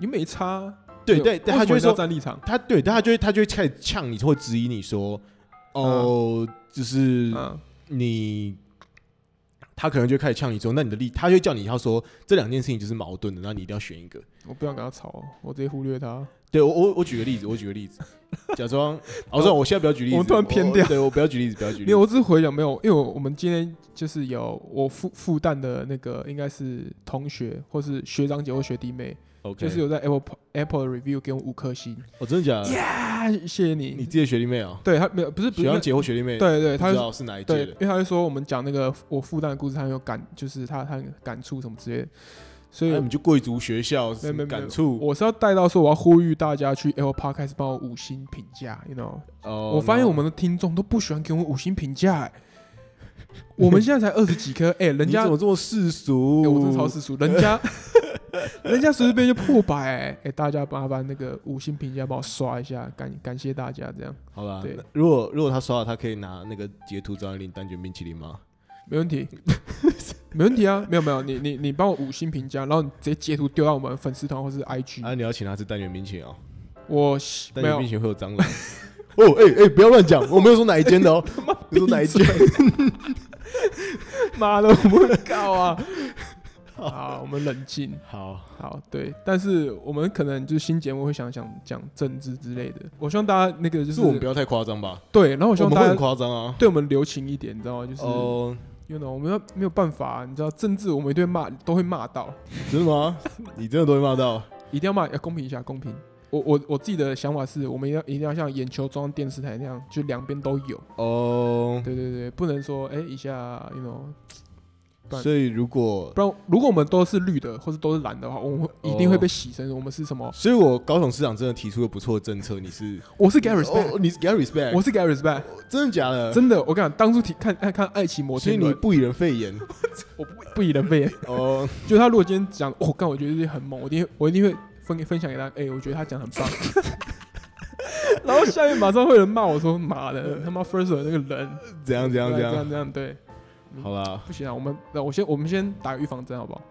[SPEAKER 1] 你没差啊，
[SPEAKER 2] 对，但但他就
[SPEAKER 1] 为
[SPEAKER 2] 会
[SPEAKER 1] 什么一定要
[SPEAKER 2] 说，
[SPEAKER 1] 站立场，
[SPEAKER 2] 他对，但他就会他就会开始呛你，会质疑你说，哦，就是
[SPEAKER 1] 嗯，
[SPEAKER 2] 你。他可能就会开始呛你说：“那你的立，他就会叫你要说这两件事情就是矛盾的，那你一定要选一个。
[SPEAKER 1] 我不想跟他吵，哦我直接忽略他，哦
[SPEAKER 2] 对”我我我举个例子，我举个
[SPEAKER 1] *laughs*
[SPEAKER 2] 例子，假装，哦，算了，我现在不要举例子，
[SPEAKER 1] 我们突然偏掉
[SPEAKER 2] 我对我不要举例子，不要举例
[SPEAKER 1] 没有，
[SPEAKER 2] 子。
[SPEAKER 1] 我只是回想没有，因为我我们今天就是有我复复旦的那个应该是同学或是学长姐或学弟妹，
[SPEAKER 2] OK，
[SPEAKER 1] 就是有在 Apple Apple review 给我们五颗星，
[SPEAKER 2] 我真的假的？
[SPEAKER 1] 啊，谢谢
[SPEAKER 2] 你
[SPEAKER 1] 你，
[SPEAKER 2] 自己的学弟妹哦，
[SPEAKER 1] 对他没有不是不
[SPEAKER 2] 学
[SPEAKER 1] 是
[SPEAKER 2] 长，姐或学弟妹，
[SPEAKER 1] 对对，
[SPEAKER 2] 不
[SPEAKER 1] 他
[SPEAKER 2] 知
[SPEAKER 1] 是
[SPEAKER 2] 道是哪一
[SPEAKER 1] 对，
[SPEAKER 2] 届
[SPEAKER 1] 因
[SPEAKER 2] 的。
[SPEAKER 1] 为他就说我们讲那个我复旦的故事，他很有感，就是他他很感触什么之类的，所以
[SPEAKER 2] 啊那你就贵族学校什
[SPEAKER 1] 没
[SPEAKER 2] 么
[SPEAKER 1] 有没有
[SPEAKER 2] 感触？
[SPEAKER 1] 我是要带到说我要呼吁大家去 Apple Podcast 帮我五星评价，you know，、
[SPEAKER 2] 哦
[SPEAKER 1] 我发现
[SPEAKER 2] 然后
[SPEAKER 1] 我们的听众都不喜欢给我们五星评价、欸，我们现在才二十几
[SPEAKER 2] *laughs*
[SPEAKER 1] 颗，哎、人
[SPEAKER 2] 你
[SPEAKER 1] 家
[SPEAKER 2] 怎么这么世俗？
[SPEAKER 1] 欸我真的超世俗，人家 *laughs* 人家随随便便就破百、欸，哎、大家麻烦那个五星评价帮我刷一下，感感谢大家，这样
[SPEAKER 2] 好啦
[SPEAKER 1] 对，
[SPEAKER 2] 那如果如果他刷了，他可以拿那个截图找你领单卷冰淇淋吗？
[SPEAKER 1] 没问题， *laughs* 没问题啊，没有没有，你你你帮我五星评价，然后你直接截图丢到我们粉丝团或是 IG，、
[SPEAKER 2] 啊，你要请他吃单卷冰淇淋哦，
[SPEAKER 1] 我是嗯
[SPEAKER 2] 单
[SPEAKER 1] 没
[SPEAKER 2] 卷
[SPEAKER 1] 有
[SPEAKER 2] 冰淇淋会有蟑螂。 *laughs* 哦，哎哎，不要乱讲，我没有说哪一
[SPEAKER 1] *laughs*
[SPEAKER 2] 间的哦，我说哪一间？
[SPEAKER 1] *laughs* 妈的，我不会告啊！好，我们冷静。
[SPEAKER 2] 好，
[SPEAKER 1] 好，对，但是我们可能就是新节目会想想讲政治之类的。我希望大家那个就
[SPEAKER 2] 就是是我们不要太夸张吧，
[SPEAKER 1] 对，然后我希
[SPEAKER 2] 我
[SPEAKER 1] 望
[SPEAKER 2] 们
[SPEAKER 1] 大
[SPEAKER 2] 会很
[SPEAKER 1] 家
[SPEAKER 2] 夸张啊。
[SPEAKER 1] 对我们留情一点，你知道吗？就是
[SPEAKER 2] 哦，
[SPEAKER 1] ，you know，我们要没有办法、啊你知道政治我们一定会骂，都会骂到，
[SPEAKER 2] 真
[SPEAKER 1] *laughs*
[SPEAKER 2] 的吗？你真的都会骂到？
[SPEAKER 1] 一定要骂，要公平一下，公平。我我我自己的想法是，我们一定要一定要像眼球中央电视台那样，就两边都有。
[SPEAKER 2] 哦、
[SPEAKER 1] 对对对，不能说哎、一下，you know，对
[SPEAKER 2] 所以如果，
[SPEAKER 1] 不然如果我们都是绿的或者都是蓝的话，我们一
[SPEAKER 2] 哦
[SPEAKER 1] 定会被洗成我们是什么？
[SPEAKER 2] 所以我高雄市长真的提出了不错的政策，你是
[SPEAKER 1] 我是 Gary Span，、
[SPEAKER 2] 哦，你是 Gary Spec，
[SPEAKER 1] 我是 Gary Span，
[SPEAKER 2] 真的假
[SPEAKER 1] *laughs*
[SPEAKER 2] 的？
[SPEAKER 1] 真的，我跟你讲，当初提看看看爱情摩
[SPEAKER 2] 所以
[SPEAKER 1] 天
[SPEAKER 2] 你
[SPEAKER 1] 轮，
[SPEAKER 2] 不以人废言
[SPEAKER 1] 我不不以人废言，
[SPEAKER 2] 哦，
[SPEAKER 1] *laughs* 就是他如果今天讲，我、哦、干，我觉得这些很猛，我一定会我一定会分分享给他，哎、我觉得他讲得很棒。
[SPEAKER 2] *laughs*
[SPEAKER 1] 然后下面马上会有人骂我说：“妈的，他妈 first 的那个人，
[SPEAKER 2] 怎样怎样
[SPEAKER 1] 对啊这
[SPEAKER 2] 怎样？
[SPEAKER 1] 样这样，对，
[SPEAKER 2] 好啦，
[SPEAKER 1] 不行啊，我们那我先我们先打个预防针好不好？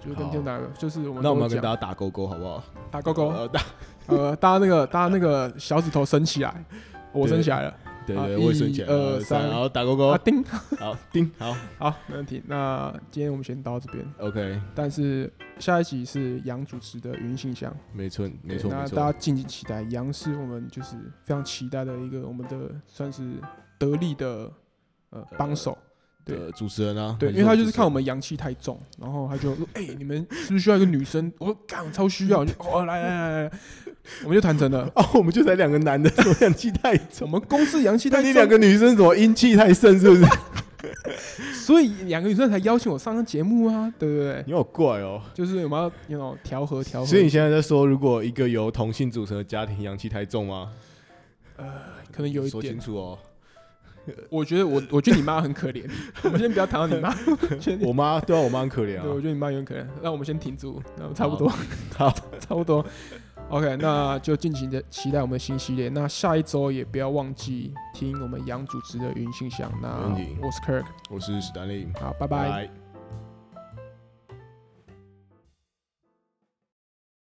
[SPEAKER 1] 就是跟
[SPEAKER 2] 好
[SPEAKER 1] 听众打个，就是我们
[SPEAKER 2] 那我们
[SPEAKER 1] 都
[SPEAKER 2] 要跟
[SPEAKER 1] 讲
[SPEAKER 2] 大家打勾勾好不好？
[SPEAKER 1] 打勾勾，
[SPEAKER 2] 呃打
[SPEAKER 1] 呃，大家那个大家那个小指头伸起来，我伸起来了，
[SPEAKER 2] 对
[SPEAKER 1] 啊
[SPEAKER 2] 对，我也升起
[SPEAKER 1] 一
[SPEAKER 2] 来，
[SPEAKER 1] 二
[SPEAKER 2] 呃
[SPEAKER 1] 三
[SPEAKER 2] 然后打勾
[SPEAKER 1] 啊
[SPEAKER 2] 勾，
[SPEAKER 1] 叮，
[SPEAKER 2] 好叮，好
[SPEAKER 1] 好，没问题。那今天我们先到这边，
[SPEAKER 2] ，OK，
[SPEAKER 1] 但是下一集是杨主持的云信箱，
[SPEAKER 2] 没错没错
[SPEAKER 1] 对那
[SPEAKER 2] 没
[SPEAKER 1] 大
[SPEAKER 2] 错
[SPEAKER 1] 家，敬请期待。杨是我们就是非常期待的一个我们的算是得力的呃帮手，对
[SPEAKER 2] 呃，主持人啊，
[SPEAKER 1] 对，因为他就是看我们阳气太重，然后他就说：“哎、你们是不是需要一个女生？”我说：“干，我超需要。”我
[SPEAKER 2] *laughs*
[SPEAKER 1] 就哦，来来来来来，我们就谈成了。
[SPEAKER 2] 哦，我们就才两个男的，怎么阳气太
[SPEAKER 1] 我
[SPEAKER 2] 重？
[SPEAKER 1] 们公司阳气
[SPEAKER 2] *laughs* 那
[SPEAKER 1] 太
[SPEAKER 2] 你
[SPEAKER 1] 重，
[SPEAKER 2] 两个女生怎么阴气太盛？是不是？
[SPEAKER 1] 所以两个女生才邀请我上节目啊，对不对？
[SPEAKER 2] *laughs* 你好怪哦。
[SPEAKER 1] 就是我们要那种调和调和。
[SPEAKER 2] 所以你现在在说，如果一个由同性组成的家庭阳气太重吗？
[SPEAKER 1] 可能有一
[SPEAKER 2] 说
[SPEAKER 1] 点啊
[SPEAKER 2] 清，楚哦。
[SPEAKER 1] 我觉得我我觉得你妈很可怜。我们先不要谈到你妈， *laughs* 先
[SPEAKER 2] 我妈对啊，我妈很可怜
[SPEAKER 1] 对，我
[SPEAKER 2] 啊。
[SPEAKER 1] 觉得你妈有点可怜。那我们先停住，那差不多， *laughs*
[SPEAKER 2] 好，
[SPEAKER 1] 差不多。OK，那就尽情的期待我们的新系列。那下一周也不要忘记听我们杨主持的云信箱。那
[SPEAKER 2] 没问题
[SPEAKER 1] 我是 Kirk，
[SPEAKER 2] 我是史丹利，
[SPEAKER 1] 好，拜拜。
[SPEAKER 2] 拜